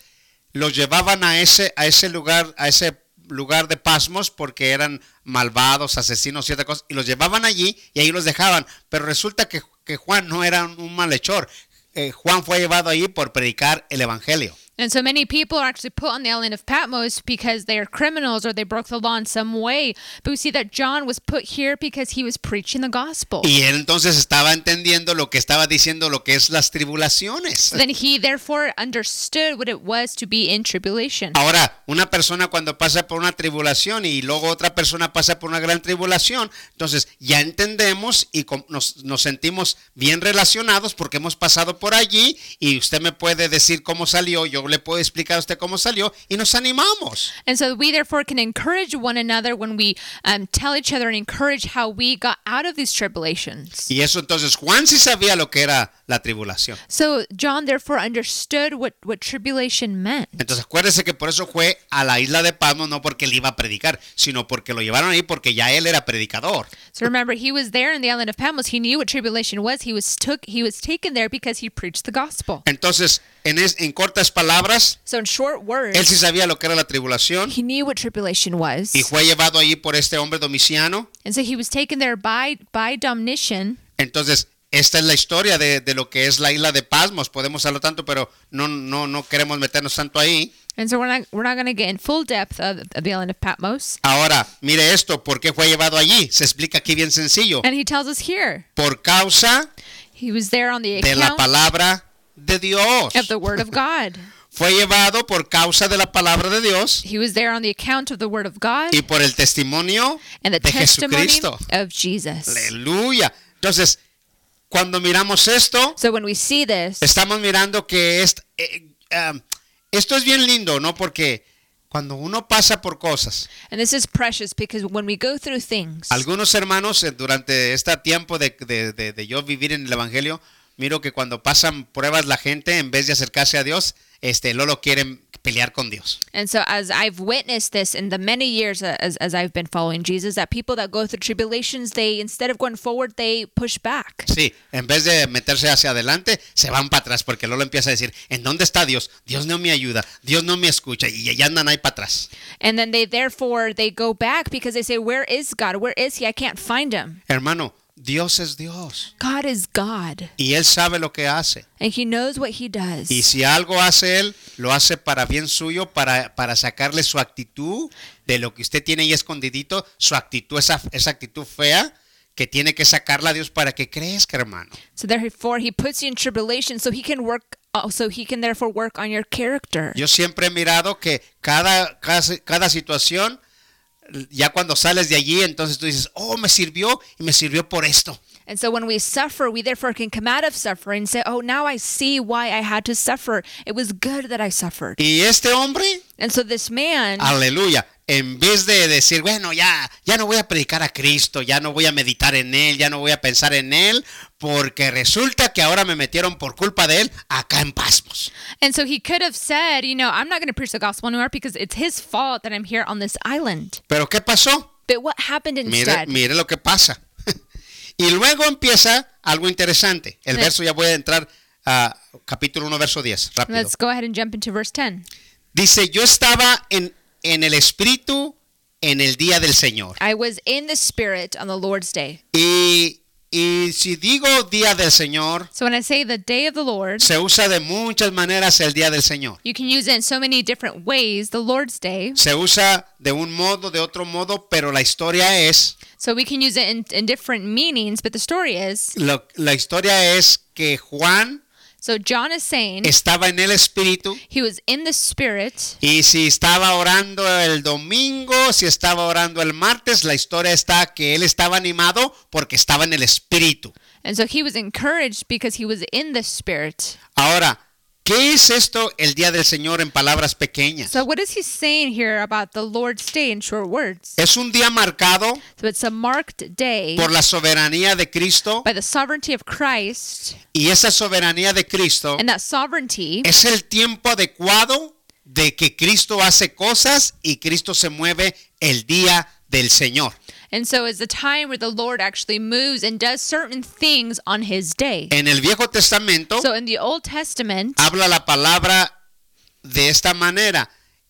Speaker 1: los llevaban a ese a ese lugar a ese lugar de pasmos porque eran malvados asesinos cierta cosa y los llevaban allí y ahí los dejaban pero resulta que, que Juan no era un malhechor Eh, Juan fue llevado allí por predicar el evangelio
Speaker 2: And so many people are actually put on the island of Patmos because they are criminals or they broke the law in some way. But we see that John was put here because he was preaching the gospel.
Speaker 1: y él entonces estaba entendiendo lo que estaba diciendo lo que es las tribulaciones
Speaker 2: Then he therefore understood what it was to be in tribulation.
Speaker 1: Ahora, una persona cuando pasa por una tribulación y luego otra persona pasa por una gran tribulación, entonces ya entendemos y com- nos, nos sentimos bien relacionados porque hemos pasado por allí y usted me puede decir cómo salió, yo le puedo explicar a usted cómo salió y nos animamos.
Speaker 2: And so we therefore can encourage one another when we um, tell each other and encourage how we got out of these tribulations.
Speaker 1: Y eso entonces Juan sí sabía lo que era la tribulación.
Speaker 2: So John therefore understood what, what tribulation meant.
Speaker 1: Entonces acuérdese que por eso fue a la isla de Palmo, no porque él iba a predicar, sino porque lo llevaron ahí porque ya él era predicador.
Speaker 2: So remember, he was there in the island of Patmos. He knew what tribulation was. He was took. He was taken there because he preached the gospel.
Speaker 1: Entonces, en, es- en cortas palabras,
Speaker 2: So in short
Speaker 1: Él
Speaker 2: words,
Speaker 1: sí sabía lo que era la tribulación
Speaker 2: he knew what tribulation
Speaker 1: y
Speaker 2: was,
Speaker 1: fue llevado allí por este hombre domiciano.
Speaker 2: and so he was taken there by by Domitian.
Speaker 1: Entonces, esta es la historia de, de lo que es la isla de Pasmos. Podemos hablar tanto, pero no, no, no queremos meternos tanto ahí.
Speaker 2: And so we're not we're not going to get in full depth of, of the island of Patmos.
Speaker 1: Ahora, mire esto, ¿por qué fue llevado allí? Se explica aquí bien sencillo.
Speaker 2: And he tells us here
Speaker 1: Por causa
Speaker 2: he was there on the
Speaker 1: de la
Speaker 2: account
Speaker 1: palabra de Dios.
Speaker 2: of the word of God.
Speaker 1: Fue llevado por causa de la palabra de Dios
Speaker 2: He was there on the account of the word of God
Speaker 1: y por el testimonio
Speaker 2: and
Speaker 1: de
Speaker 2: the testimony
Speaker 1: Jesucristo.
Speaker 2: of Jesus.
Speaker 1: Aleluya. Entonces, cuando miramos esto,
Speaker 2: So when we see this,
Speaker 1: estamos mirando que es, eh, um, esto es bien lindo, ¿no? Porque cuando uno pasa por cosas,
Speaker 2: and this is precious because when we go through things,
Speaker 1: algunos hermanos eh, durante este tiempo de, de- de- de yo vivir en el Evangelio, miro que cuando pasan pruebas la gente, en vez de acercarse a Dios, este, no lo quieren pelear con Dios.
Speaker 2: And so, as I've witnessed this in the many years uh, as, as I've been following Jesus, that people that go through tribulations, they instead of going forward, they push back.
Speaker 1: Sí, en vez de meterse hacia adelante, se van para atrás porque Lolo empieza a decir, ¿en dónde está Dios? Dios no me ayuda, Dios no me escucha y ya andan ahí para atrás.
Speaker 2: And then they therefore they go back because they say, Where is God? Where is he? I can't find him.
Speaker 1: Hermano, Dios es Dios
Speaker 2: God is God.
Speaker 1: y Él sabe lo que hace.
Speaker 2: And he knows what he does.
Speaker 1: Y si algo hace él, lo hace para bien suyo, para, para sacarle su actitud de lo que usted tiene ahí escondidito, su actitud, esa, esa actitud fea, que tiene que sacarla a Dios para que crezca, hermano.
Speaker 2: so therefore he puts you in tribulation so he can work oh, so he can therefore work on your character.
Speaker 1: Yo siempre he mirado que cada, cada, cada situación, ya cuando sales de allí, entonces tú dices, oh, me sirvió y me sirvió por esto.
Speaker 2: And so when we suffer, we therefore can come out of suffering and say, Oh, now I see why I had to suffer. It was good that I suffered.
Speaker 1: Y este hombre,
Speaker 2: And so this man
Speaker 1: Aleluya. En vez de decir, bueno, ya, ya no voy a predicar a Cristo, ya no voy a meditar en Él, ya no voy a pensar en Él, porque resulta que ahora me metieron por culpa de Él acá en Pasmos.
Speaker 2: And so he could have said, you know, I'm not going to preach the gospel anymore because it's his fault that I'm here on this island.
Speaker 1: Pero ¿qué pasó?
Speaker 2: But what happened
Speaker 1: Mire,
Speaker 2: instead?
Speaker 1: mire lo que pasa. y luego empieza algo interesante. El
Speaker 2: Sí.
Speaker 1: verso ya voy a entrar a capítulo 1, verso 10, rápido.
Speaker 2: Let's go ahead and jump into verse 10.
Speaker 1: Dice, yo estaba en, en el Espíritu en el día del Señor.
Speaker 2: I was in the spirit on the Lord's day.
Speaker 1: Y, y si digo día del Señor,
Speaker 2: So when I say the day of the Lord,
Speaker 1: Se usa de muchas maneras el día del Señor.
Speaker 2: you can use it in so many different ways, the Lord's day.
Speaker 1: Se usa de un modo, de otro modo, pero la historia es,
Speaker 2: So we can use it in, in different meanings, but the story is
Speaker 1: lo- la historia es que Juan
Speaker 2: So John is saying
Speaker 1: estaba en el espíritu
Speaker 2: he was in the spirit.
Speaker 1: y si estaba orando el domingo, si estaba orando el martes, la historia está que él estaba animado porque estaba en el espíritu.
Speaker 2: And so he was encouraged because he was in the spirit.
Speaker 1: Ahora, ¿qué es esto el día del Señor en palabras pequeñas?
Speaker 2: So what is he saying here about the Lord's day in short words?
Speaker 1: Es un día marcado
Speaker 2: So it's a marked day
Speaker 1: por la soberanía de Cristo
Speaker 2: by the sovereignty of Christ,
Speaker 1: y esa soberanía de Cristo
Speaker 2: and that sovereignty
Speaker 1: es el tiempo adecuado de que Cristo hace cosas y Cristo se mueve el día del Señor.
Speaker 2: And so is the time where the Lord actually moves and does certain things on his day.
Speaker 1: En el Viejo Testamento
Speaker 2: So in the Old Testament,
Speaker 1: habla la palabra de esta manera.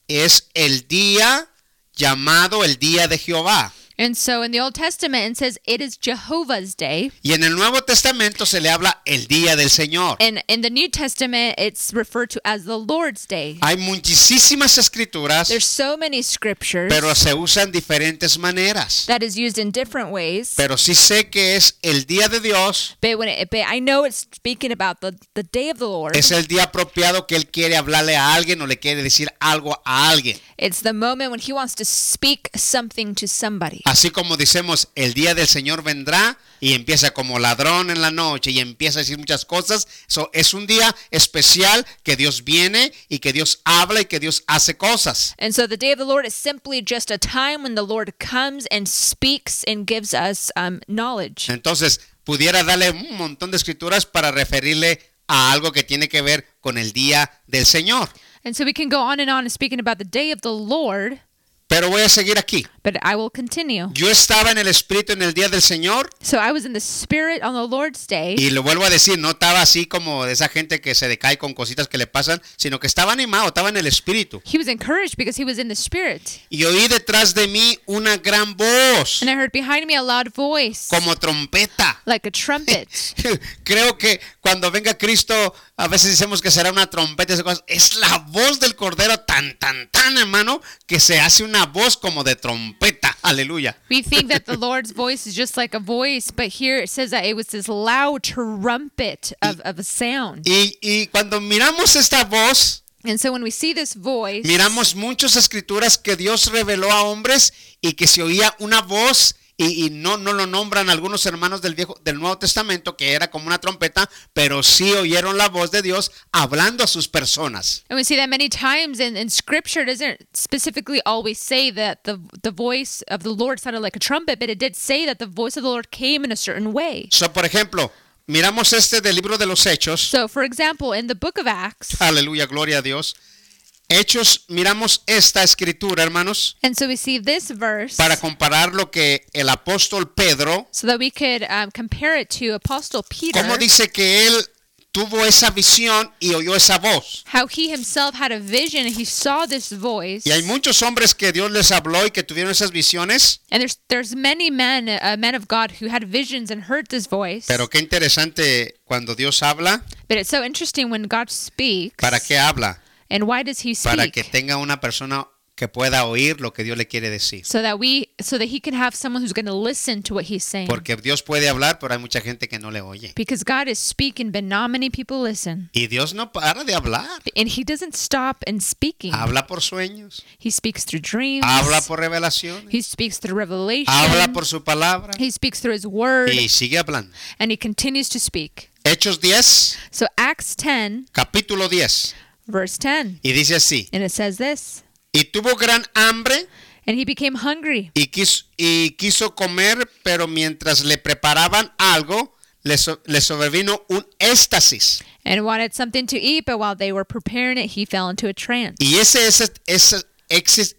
Speaker 1: Es el día llamado el día de Jehová.
Speaker 2: and so in the Old Testament, it says it is Jehovah's day.
Speaker 1: Y en el Nuevo Testamento se le habla el día del Señor.
Speaker 2: And in the New Testament, it's referred to as the Lord's day.
Speaker 1: Hay muchísimas escrituras,
Speaker 2: There's so many scriptures
Speaker 1: pero se usan diferentes maneras.
Speaker 2: that is used in different ways.
Speaker 1: Pero sí sé que es el día de Dios,
Speaker 2: But when it, but I know it's speaking about the, the day of the Lord.
Speaker 1: es el día apropiado que Él quiere hablarle a alguien o le quiere decir algo a alguien.
Speaker 2: It's the moment when he wants to speak something to somebody.
Speaker 1: Así como decimos, el día del Señor vendrá y empieza como ladrón en la noche y empieza a decir muchas cosas. So, es un día especial que Dios viene y que Dios habla y que Dios hace cosas.
Speaker 2: And so the day of the Lord is simply just a time when the Lord comes and speaks and gives us um, knowledge.
Speaker 1: Entonces, pudiera darle un montón de escrituras para referirle a algo que tiene que ver con el día del Señor.
Speaker 2: And so we can go on and on speaking about the day of the Lord,
Speaker 1: Pero voy a seguir aquí.
Speaker 2: but I will continue.
Speaker 1: Yo estaba en el Espíritu en el día del Señor
Speaker 2: So I was in the Spirit on the Lord's day.
Speaker 1: y lo vuelvo a decir, no estaba así como de esa gente que se decae con cositas que le pasan, sino que estaba animado, estaba en el Espíritu.
Speaker 2: He was encouraged because he was in the Spirit.
Speaker 1: Y oí detrás de mí una gran voz,
Speaker 2: And I heard behind me a loud voice,
Speaker 1: como trompeta.
Speaker 2: like a trumpet.
Speaker 1: Creo que cuando venga Cristo, a veces decimos que será una trompeta. esas cosas. Es la voz del Cordero tan, tan, tan, hermano, que se hace una voz como de trompeta. Aleluya.
Speaker 2: we think that the Lord's voice is just like a voice, but here it says that it was this loud trumpet of, of a sound.
Speaker 1: Y, y cuando miramos esta voz,
Speaker 2: And so when we see this voice,
Speaker 1: miramos muchas escrituras que Dios reveló a hombres y que se oía una voz. Y, y no, no lo nombran algunos hermanos del viejo del Nuevo Testamento que era como una trompeta, pero sí oyeron la voz de Dios hablando a sus personas.
Speaker 2: And we see that many times in, in scripture it doesn't specifically always say that the the voice of the Lord sounded like a trumpet, but it did say that the voice of the Lord came in a certain way.
Speaker 1: So, por ejemplo, miramos este del libro de los Hechos.
Speaker 2: So for example, in the book of Acts,
Speaker 1: Aleluya, gloria a Dios. Hechos, miramos esta escritura, hermanos,
Speaker 2: and so we see this verse
Speaker 1: para comparar lo que el apóstol Pedro,
Speaker 2: so that we could um, compare it to Apostle Peter,
Speaker 1: como dice que él tuvo esa visión y oyó esa voz.
Speaker 2: how he himself had a vision and he saw this voice.
Speaker 1: Y hay muchos hombres que Dios les habló y que tuvieron esas visiones,
Speaker 2: And there's there's many men, uh, men of God, who had visions and heard this voice.
Speaker 1: pero qué interesante cuando Dios habla,
Speaker 2: but it's so interesting when God speaks.
Speaker 1: ¿para qué habla?
Speaker 2: and why does He speak?
Speaker 1: Para que tenga una persona que pueda oír lo que Dios le quiere decir.
Speaker 2: so that we so that he can have someone who's going to listen to what he's saying
Speaker 1: Porque Dios puede hablar, pero hay mucha gente que no le oye.
Speaker 2: because god is speaking but not many people listen
Speaker 1: Y Dios no para de hablar.
Speaker 2: and he doesn't stop in speaking
Speaker 1: Habla por sueños,
Speaker 2: he speaks through dreams
Speaker 1: habla por revelaciones,
Speaker 2: he speaks through revelation
Speaker 1: habla por su palabra
Speaker 2: he speaks through his word
Speaker 1: y sigue hablando.
Speaker 2: and he continues to speak
Speaker 1: Hechos 10,
Speaker 2: so acts 10
Speaker 1: capítulo 10,
Speaker 2: verse 10
Speaker 1: y dice así,
Speaker 2: and it says this
Speaker 1: y tuvo gran hambre
Speaker 2: and he became hungry
Speaker 1: y quiso, y quiso comer, pero mientras le preparaban algo, le, so- le sobrevino un éxtasis.
Speaker 2: and wanted something to eat but while they were preparing it he fell into a trance
Speaker 1: Y ese, ese, ese exis-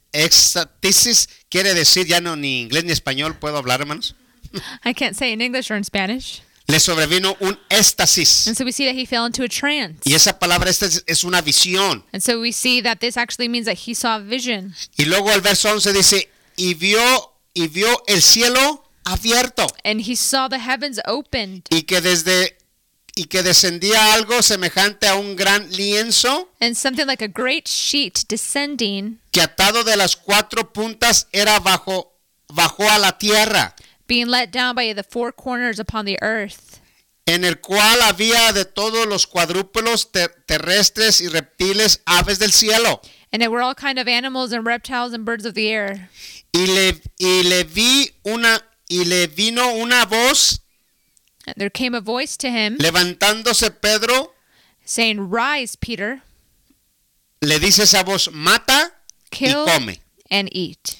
Speaker 1: éxtasis quiere decir, ya no ni inglés ni español puedo hablar, hermanos.
Speaker 2: i can't say in english or in spanish
Speaker 1: Le sobrevino un éxtasis.
Speaker 2: and so we see that he fell into a trance
Speaker 1: Y esa palabra éxtasis es una visión.
Speaker 2: And so we see that this actually means that he saw a vision.
Speaker 1: Y luego el verso 11 dice, y vio, y vio el cielo abierto
Speaker 2: And he saw the heavens opened.
Speaker 1: y que desde y que descendía algo semejante a un gran lienzo
Speaker 2: And something like a great sheet descending,
Speaker 1: que atado de las cuatro puntas era bajo bajó a la tierra.
Speaker 2: being let down by the four corners upon the earth.
Speaker 1: en el cual había de todos los cuadrúpedos ter- terrestres y reptiles, aves del cielo.
Speaker 2: and they were all kind of animals and reptiles and birds of the air.
Speaker 1: Y le, y le vi una y le vino una voz
Speaker 2: And there came a voice to him
Speaker 1: levantándose Pedro,
Speaker 2: saying, "Rise, Peter,
Speaker 1: le dice esa voz, mata
Speaker 2: kill
Speaker 1: y come.
Speaker 2: and eat."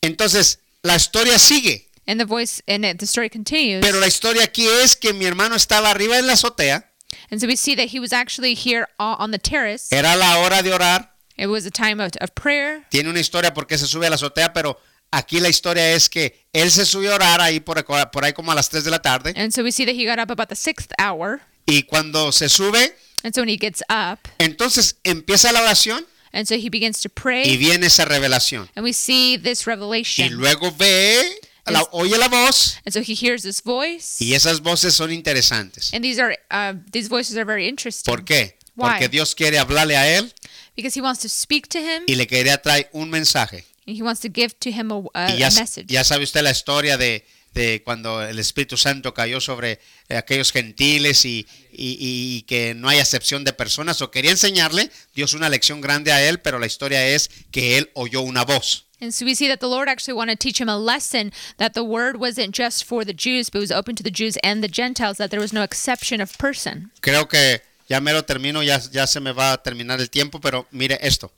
Speaker 1: Entonces, la historia sigue,
Speaker 2: And the voice and it, the story continues.
Speaker 1: pero la historia aquí es que mi hermano estaba arriba en la azotea,
Speaker 2: And so we see that he was actually here o- on the terrace.
Speaker 1: era la hora de orar,
Speaker 2: It was a time of, of prayer.
Speaker 1: tiene una historia porque se sube a la azotea, pero aquí la historia es que él se subió a orar ahí por, por ahí como a las 3 de la tarde
Speaker 2: And so we see that he got up about the sixth hour.
Speaker 1: y cuando se sube,
Speaker 2: And so when he gets up,
Speaker 1: entonces empieza la oración
Speaker 2: and so he begins to pray,
Speaker 1: y viene esa revelación.
Speaker 2: and we see this
Speaker 1: Y
Speaker 2: revelation.
Speaker 1: luego ve, la-
Speaker 2: Es-
Speaker 1: oye la voz
Speaker 2: And so he hears this voice,
Speaker 1: y esas voces son interesantes.
Speaker 2: and these are uh, these voices are very interesting.
Speaker 1: ¿Por qué?
Speaker 2: Why?
Speaker 1: Porque Dios quiere hablarle a él
Speaker 2: Because he wants to speak to him,
Speaker 1: y le quería traer un mensaje.
Speaker 2: and he wants to give to him a, a,
Speaker 1: Y ya,
Speaker 2: a message.
Speaker 1: ya sabe usted la historia de, de cuando el Espíritu Santo cayó sobre eh, aquellos gentiles y, y- y que no hay acepción de personas. O quería enseñarle, Dios una lección grande a él, pero la historia es que él oyó una voz.
Speaker 2: And so we see that the Lord actually wanted to teach him a lesson that the word wasn't just for the Jews, but was open to the Jews and the Gentiles, that there was no exception of person.
Speaker 1: Creo que ya me lo termino, ya, ya se me va a terminar el tiempo, pero mire esto.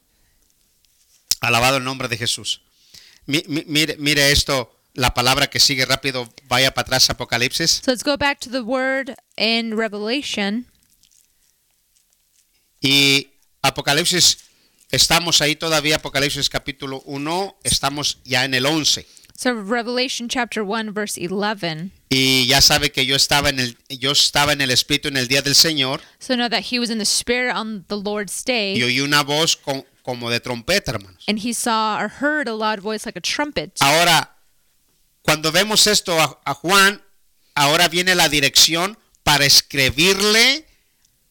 Speaker 1: Alabado el nombre de Jesús. Mi- mi- mire, mire esto, la palabra que sigue rápido, vaya para atrás, Apocalipsis.
Speaker 2: So let's go back to the word in Revelation.
Speaker 1: Y Apocalipsis, estamos ahí todavía, Apocalipsis capítulo 1, estamos ya en el 11.
Speaker 2: So Revelation chapter 1 verse 11.
Speaker 1: Y ya sabe que yo estaba en el yo estaba en el espíritu en el día del Señor
Speaker 2: So know that he was in the spirit on the Lord's
Speaker 1: y
Speaker 2: day
Speaker 1: oí una voz con- como de trompeta, hermanos.
Speaker 2: and he saw or heard a loud voice like a trumpet.
Speaker 1: Ahora, cuando vemos esto a, a Juan, ahora viene la dirección para escribirle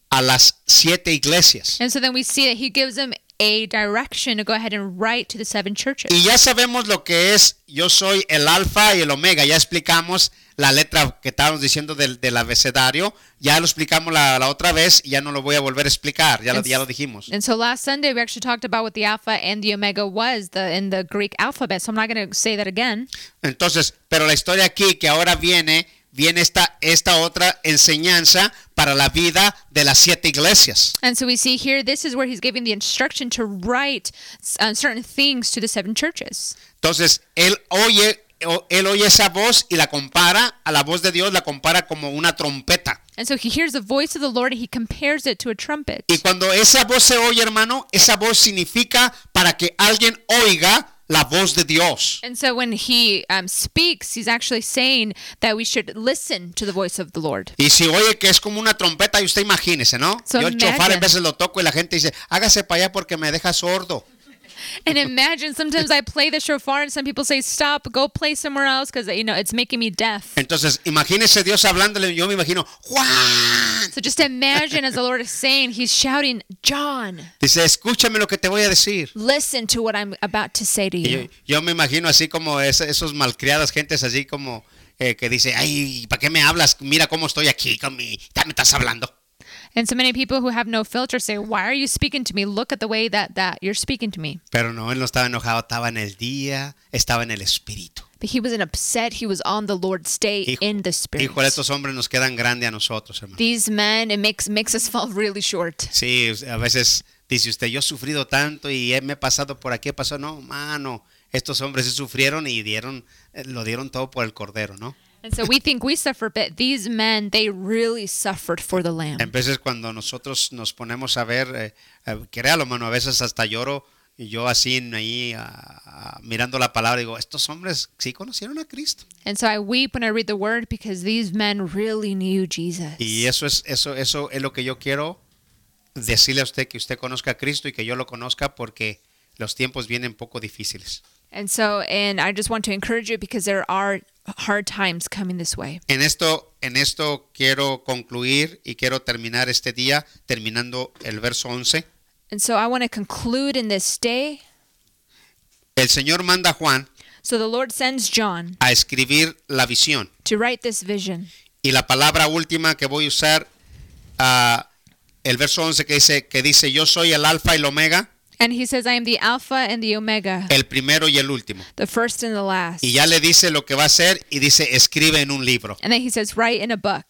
Speaker 1: a las siete iglesias.
Speaker 2: And so then we see that he gives him a direction to go ahead and write to the seven churches.
Speaker 1: Y ya sabemos lo que es yo soy el alfa y el omega. Ya explicamos la letra que estábamos diciendo del, del abecedario. Ya lo explicamos la, la otra vez y ya no lo voy a volver a explicar. Ya, lo, ya lo dijimos.
Speaker 2: And so last Sunday we actually talked about what the alpha and the omega was the in the Greek alphabet. So I'm not going to say that again.
Speaker 1: Entonces, pero la historia aquí que ahora viene, viene esta, esta otra enseñanza para la vida de las siete iglesias.
Speaker 2: And so we see here this is where he's giving the instruction to write uh, certain things to the seven churches.
Speaker 1: Entonces, él oye, o- él oye esa voz y la compara a la voz de Dios, la compara como una trompeta.
Speaker 2: And so he hears the voice of the Lord and he compares it to a trumpet.
Speaker 1: Y cuando esa voz se oye, hermano, esa voz significa para que alguien oiga la voz de Dios.
Speaker 2: And so when he um, speaks, he's actually saying that we should listen to the voice of the Lord.
Speaker 1: Y si oye que es como una trompeta, y usted imagínese, ¿no?
Speaker 2: So
Speaker 1: Yo el chofar
Speaker 2: imagine.
Speaker 1: a veces lo toco y la gente dice, hágase para allá porque me deja sordo.
Speaker 2: And imagine sometimes I play the shofar and some people say, stop, go play somewhere else because, you know, it's making me deaf.
Speaker 1: Entonces, imagínese Dios hablándole, yo me imagino, Juan.
Speaker 2: So just imagine as the Lord is saying, he's shouting, John,
Speaker 1: Dice, escúchame lo que te voy a decir.
Speaker 2: listen to what I'm about to say to
Speaker 1: Y yo,
Speaker 2: you.
Speaker 1: yo me imagino así como es- esos malcriadas gentes así como eh, que dice, ay, ¿para qué me hablas? Mira cómo estoy aquí con mi... Ya me estás hablando.
Speaker 2: And so many people who have no filter say, why are you speaking to me? Look at the way that, that you're speaking to me.
Speaker 1: Pero no, él no estaba enojado, estaba en el día, estaba en el espíritu.
Speaker 2: But he wasn't upset. He was on the Lord's day
Speaker 1: Hijo-
Speaker 2: in the spirit.
Speaker 1: Híjole, estos hombres nos quedan grande a nosotros, hermano.
Speaker 2: These men, it makes makes us fall really short.
Speaker 1: Sí, a veces dice usted, yo he sufrido tanto y he- me he pasado por aquí, he pasado. No, mano, estos hombres sí sufrieron y dieron, eh, lo dieron todo por el cordero, ¿no?
Speaker 2: And so we think we suffer, but these men, they really suffered for the
Speaker 1: A
Speaker 2: Lamb.
Speaker 1: veces cuando nosotros nos ponemos a ver, eh, eh, créalo, mano, a veces hasta lloro. Y yo así, en ahí, ah, ah, mirando la palabra, digo, estos hombres sí conocieron a Cristo.
Speaker 2: And so I weep when I read the word because these men really knew Jesus.
Speaker 1: Y eso es, eso, eso es lo que yo quiero decirle a usted, que usted conozca a Cristo y que yo lo conozca porque los tiempos vienen poco difíciles.
Speaker 2: And so, and I just want to encourage you because there are hard times coming this way.
Speaker 1: En esto, en esto quiero concluir y quiero terminar este día terminando el verso 11.
Speaker 2: And so I want to conclude in this day.
Speaker 1: El Señor manda a Juan
Speaker 2: So the Lord sends John
Speaker 1: a escribir la visión
Speaker 2: to write this vision.
Speaker 1: Y la palabra última que voy a usar, ah, el verso 11 que dice, que dice, yo soy el alfa y el omega,
Speaker 2: And he says, I am the Alpha and the Omega,
Speaker 1: el primero y el último.
Speaker 2: the first and the last.
Speaker 1: Y ya le dice lo que va a hacer y dice, escribe en un libro.
Speaker 2: And then he says, Write in a book.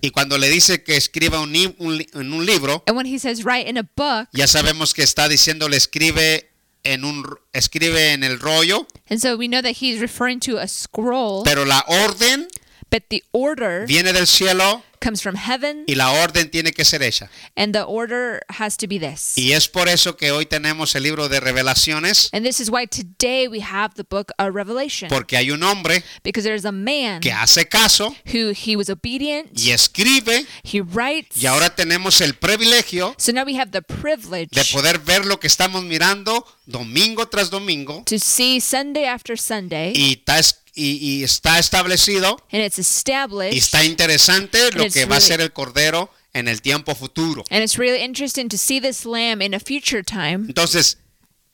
Speaker 1: Y cuando le dice que escriba un li- un li- en un libro,
Speaker 2: And when he says, Write in a book,
Speaker 1: ya sabemos que está diciéndole escribe en un r- escribe en el rollo,
Speaker 2: and so we know that he's referring to a scroll,
Speaker 1: pero la orden
Speaker 2: but the order
Speaker 1: viene del cielo
Speaker 2: comes from heaven,
Speaker 1: y la orden tiene que ser hecha.
Speaker 2: and the order has to be this.
Speaker 1: Y es por eso que hoy tenemos el libro de Revelaciones,
Speaker 2: And this is why today we have the book of Revelation,
Speaker 1: porque hay un hombre
Speaker 2: because there's a man
Speaker 1: que hace caso
Speaker 2: who he was obedient,
Speaker 1: y escribe
Speaker 2: he writes.
Speaker 1: y ahora tenemos el privilegio
Speaker 2: So now we have the privilege
Speaker 1: de poder ver lo que estamos mirando domingo tras domingo
Speaker 2: to see Sunday after Sunday,
Speaker 1: y está, es- y- y está establecido
Speaker 2: and it's established.
Speaker 1: y está interesante lo
Speaker 2: It's
Speaker 1: que va a
Speaker 2: really-
Speaker 1: ser el Cordero en el tiempo futuro.
Speaker 2: And it's really interesting to see this lamb in a future time.
Speaker 1: Entonces,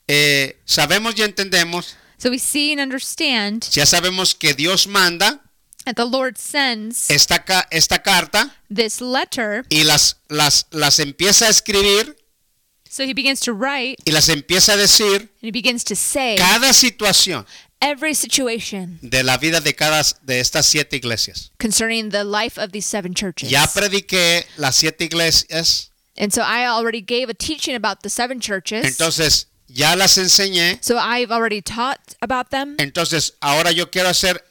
Speaker 1: eh, sabemos y entendemos,
Speaker 2: So we see and understand
Speaker 1: ya sabemos que Dios manda
Speaker 2: that the Lord sends
Speaker 1: esta, ca- esta carta
Speaker 2: this letter.
Speaker 1: y las, las, las empieza a escribir
Speaker 2: So he begins to write
Speaker 1: y las empieza a decir
Speaker 2: and he begins to say
Speaker 1: cada situación
Speaker 2: every situation
Speaker 1: de la vida de cada de estas siete iglesias.
Speaker 2: concerning the life of these seven churches.
Speaker 1: Ya prediqué las siete iglesias,
Speaker 2: And so I already gave a teaching about the seven churches.
Speaker 1: entonces ya las enseñé,
Speaker 2: so I've already taught about them.
Speaker 1: entonces ahora yo quiero hacer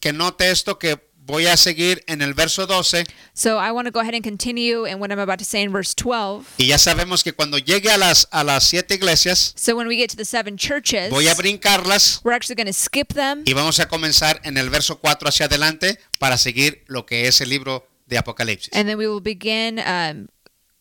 Speaker 1: que note esto que voy a seguir en el verso 12
Speaker 2: So I want to go ahead and continue in what I'm about to say in verse 12.
Speaker 1: y ya sabemos que cuando llegue a las a las siete iglesias
Speaker 2: So when we get to the seven churches,
Speaker 1: voy a brincarlas
Speaker 2: we're actually going to skip them.
Speaker 1: Y vamos a comenzar en el verso 4 hacia adelante para seguir lo que es el libro de Apocalipsis.
Speaker 2: And then we will begin um,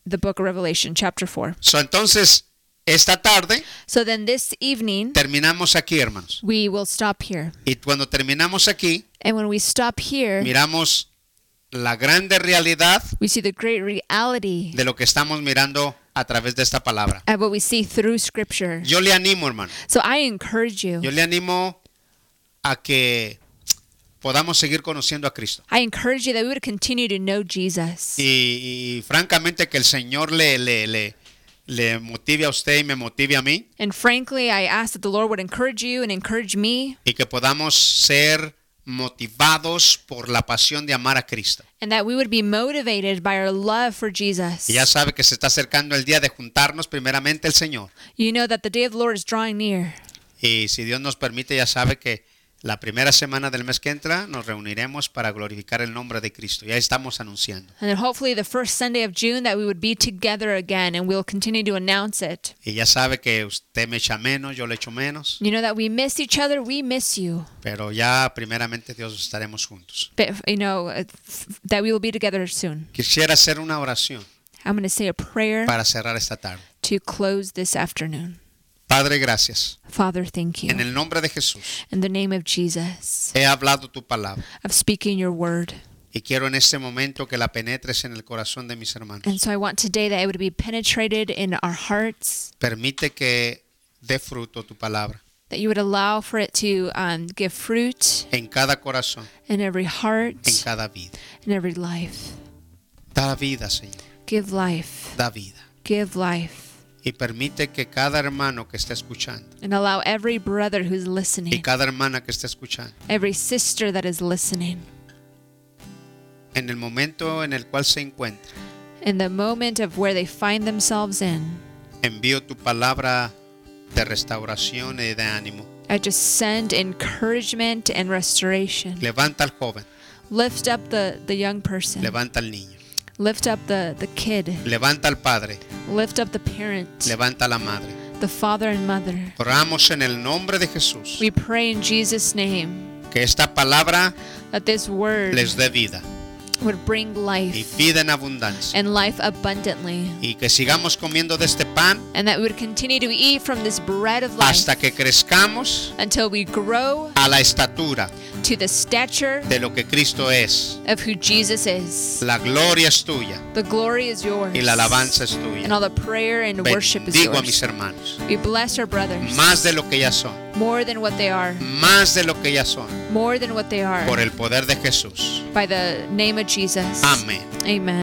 Speaker 2: the book of Revelation, chapter 4.
Speaker 1: So, entonces, esta tarde
Speaker 2: So then this evening,
Speaker 1: terminamos aquí, hermanos.
Speaker 2: we will stop here.
Speaker 1: Y cuando terminamos aquí,
Speaker 2: And when we stop here,
Speaker 1: miramos la grande realidad
Speaker 2: we see the great reality
Speaker 1: de lo que estamos mirando a través de esta palabra.
Speaker 2: of what we see through Scripture.
Speaker 1: Yo le animo, hermano.
Speaker 2: So I encourage you.
Speaker 1: Yo le animo a que podamos seguir conociendo a Cristo.
Speaker 2: I encourage you that we would continue to know Jesus.
Speaker 1: Y, y francamente que el Señor le, le, le, le motive a usted y me motive a mí.
Speaker 2: And frankly, I ask that the Lord would encourage you and encourage me,
Speaker 1: y que podamos ser motivados por la pasión de amar a Cristo.
Speaker 2: and that we would be motivated by our love for Jesus.
Speaker 1: Y ya sabe que se está acercando el día de juntarnos primeramente el Señor.
Speaker 2: You know that the day of the Lord is drawing near.
Speaker 1: Y si Dios nos permite, ya sabe que la primera semana del mes que entra nos reuniremos para glorificar el nombre de Cristo. Ya estamos anunciando.
Speaker 2: And then hopefully the first Sunday of June that we would be together again and we'll continue to announce it.
Speaker 1: Y ya sabe que usted me echa menos, yo le echo menos,
Speaker 2: You know that we miss each other, we miss you.
Speaker 1: pero ya primeramente Dios estaremos juntos.
Speaker 2: But you know uh, f- that we will be together soon.
Speaker 1: Quisiera hacer una oración
Speaker 2: I'm going to say a prayer
Speaker 1: para cerrar esta tarde.
Speaker 2: to close this afternoon.
Speaker 1: Padre, gracias.
Speaker 2: Father, thank
Speaker 1: En
Speaker 2: you.
Speaker 1: el nombre de Jesús
Speaker 2: In the name of Jesus,
Speaker 1: he hablado tu palabra.
Speaker 2: of speaking your word.
Speaker 1: Y quiero en este momento que la penetres en el corazón de mis hermanos.
Speaker 2: And so I want today that it would be penetrated in our hearts,
Speaker 1: Permite que dé fruto tu palabra
Speaker 2: that you would allow for it to um, give fruit
Speaker 1: en cada corazón,
Speaker 2: in every
Speaker 1: en
Speaker 2: heart,
Speaker 1: cada vida.
Speaker 2: in every life.
Speaker 1: Da vida, Señor,
Speaker 2: Give life.
Speaker 1: da vida.
Speaker 2: Give life.
Speaker 1: Y permite que cada hermano que está escuchando
Speaker 2: And allow every brother who's
Speaker 1: y
Speaker 2: listening,
Speaker 1: cada hermana que está escuchando,
Speaker 2: every sister that is listening,
Speaker 1: en el momento en el cual se encuentra,
Speaker 2: in the moment of where they find themselves in,
Speaker 1: envío tu palabra de restauración y de ánimo.
Speaker 2: I just send encouragement and restoration.
Speaker 1: Levanta al joven,
Speaker 2: Lift up the, the young person.
Speaker 1: levanta al niño,
Speaker 2: Lift up the, the kid.
Speaker 1: levanta al padre,
Speaker 2: Lift up the parent,
Speaker 1: levanta a la madre.
Speaker 2: the father and mother.
Speaker 1: Oramos en el nombre de Jesús
Speaker 2: We pray in Jesus' name
Speaker 1: que esta palabra
Speaker 2: that this word
Speaker 1: les dé vida
Speaker 2: would bring
Speaker 1: y
Speaker 2: life
Speaker 1: piden abundancia.
Speaker 2: and life abundantly.
Speaker 1: Y que sigamos comiendo de este pan
Speaker 2: And that we would continue to eat from this bread of life
Speaker 1: hasta que crezcamos
Speaker 2: until we grow
Speaker 1: a la estatura
Speaker 2: to the stature
Speaker 1: de lo que Cristo es.
Speaker 2: of who Jesus is.
Speaker 1: La gloria es tuya
Speaker 2: The glory is yours.
Speaker 1: y la alabanza es
Speaker 2: And
Speaker 1: tuya.
Speaker 2: all the prayer and worship is
Speaker 1: Bendigo a mis
Speaker 2: yours.
Speaker 1: hermanos,
Speaker 2: We bless our brothers
Speaker 1: más de lo que ya son,
Speaker 2: more than what they are,
Speaker 1: más de lo que ya son,
Speaker 2: more than what they are,
Speaker 1: por el poder de Jesús.
Speaker 2: by the name of Jesus.
Speaker 1: Amén.
Speaker 2: Amen.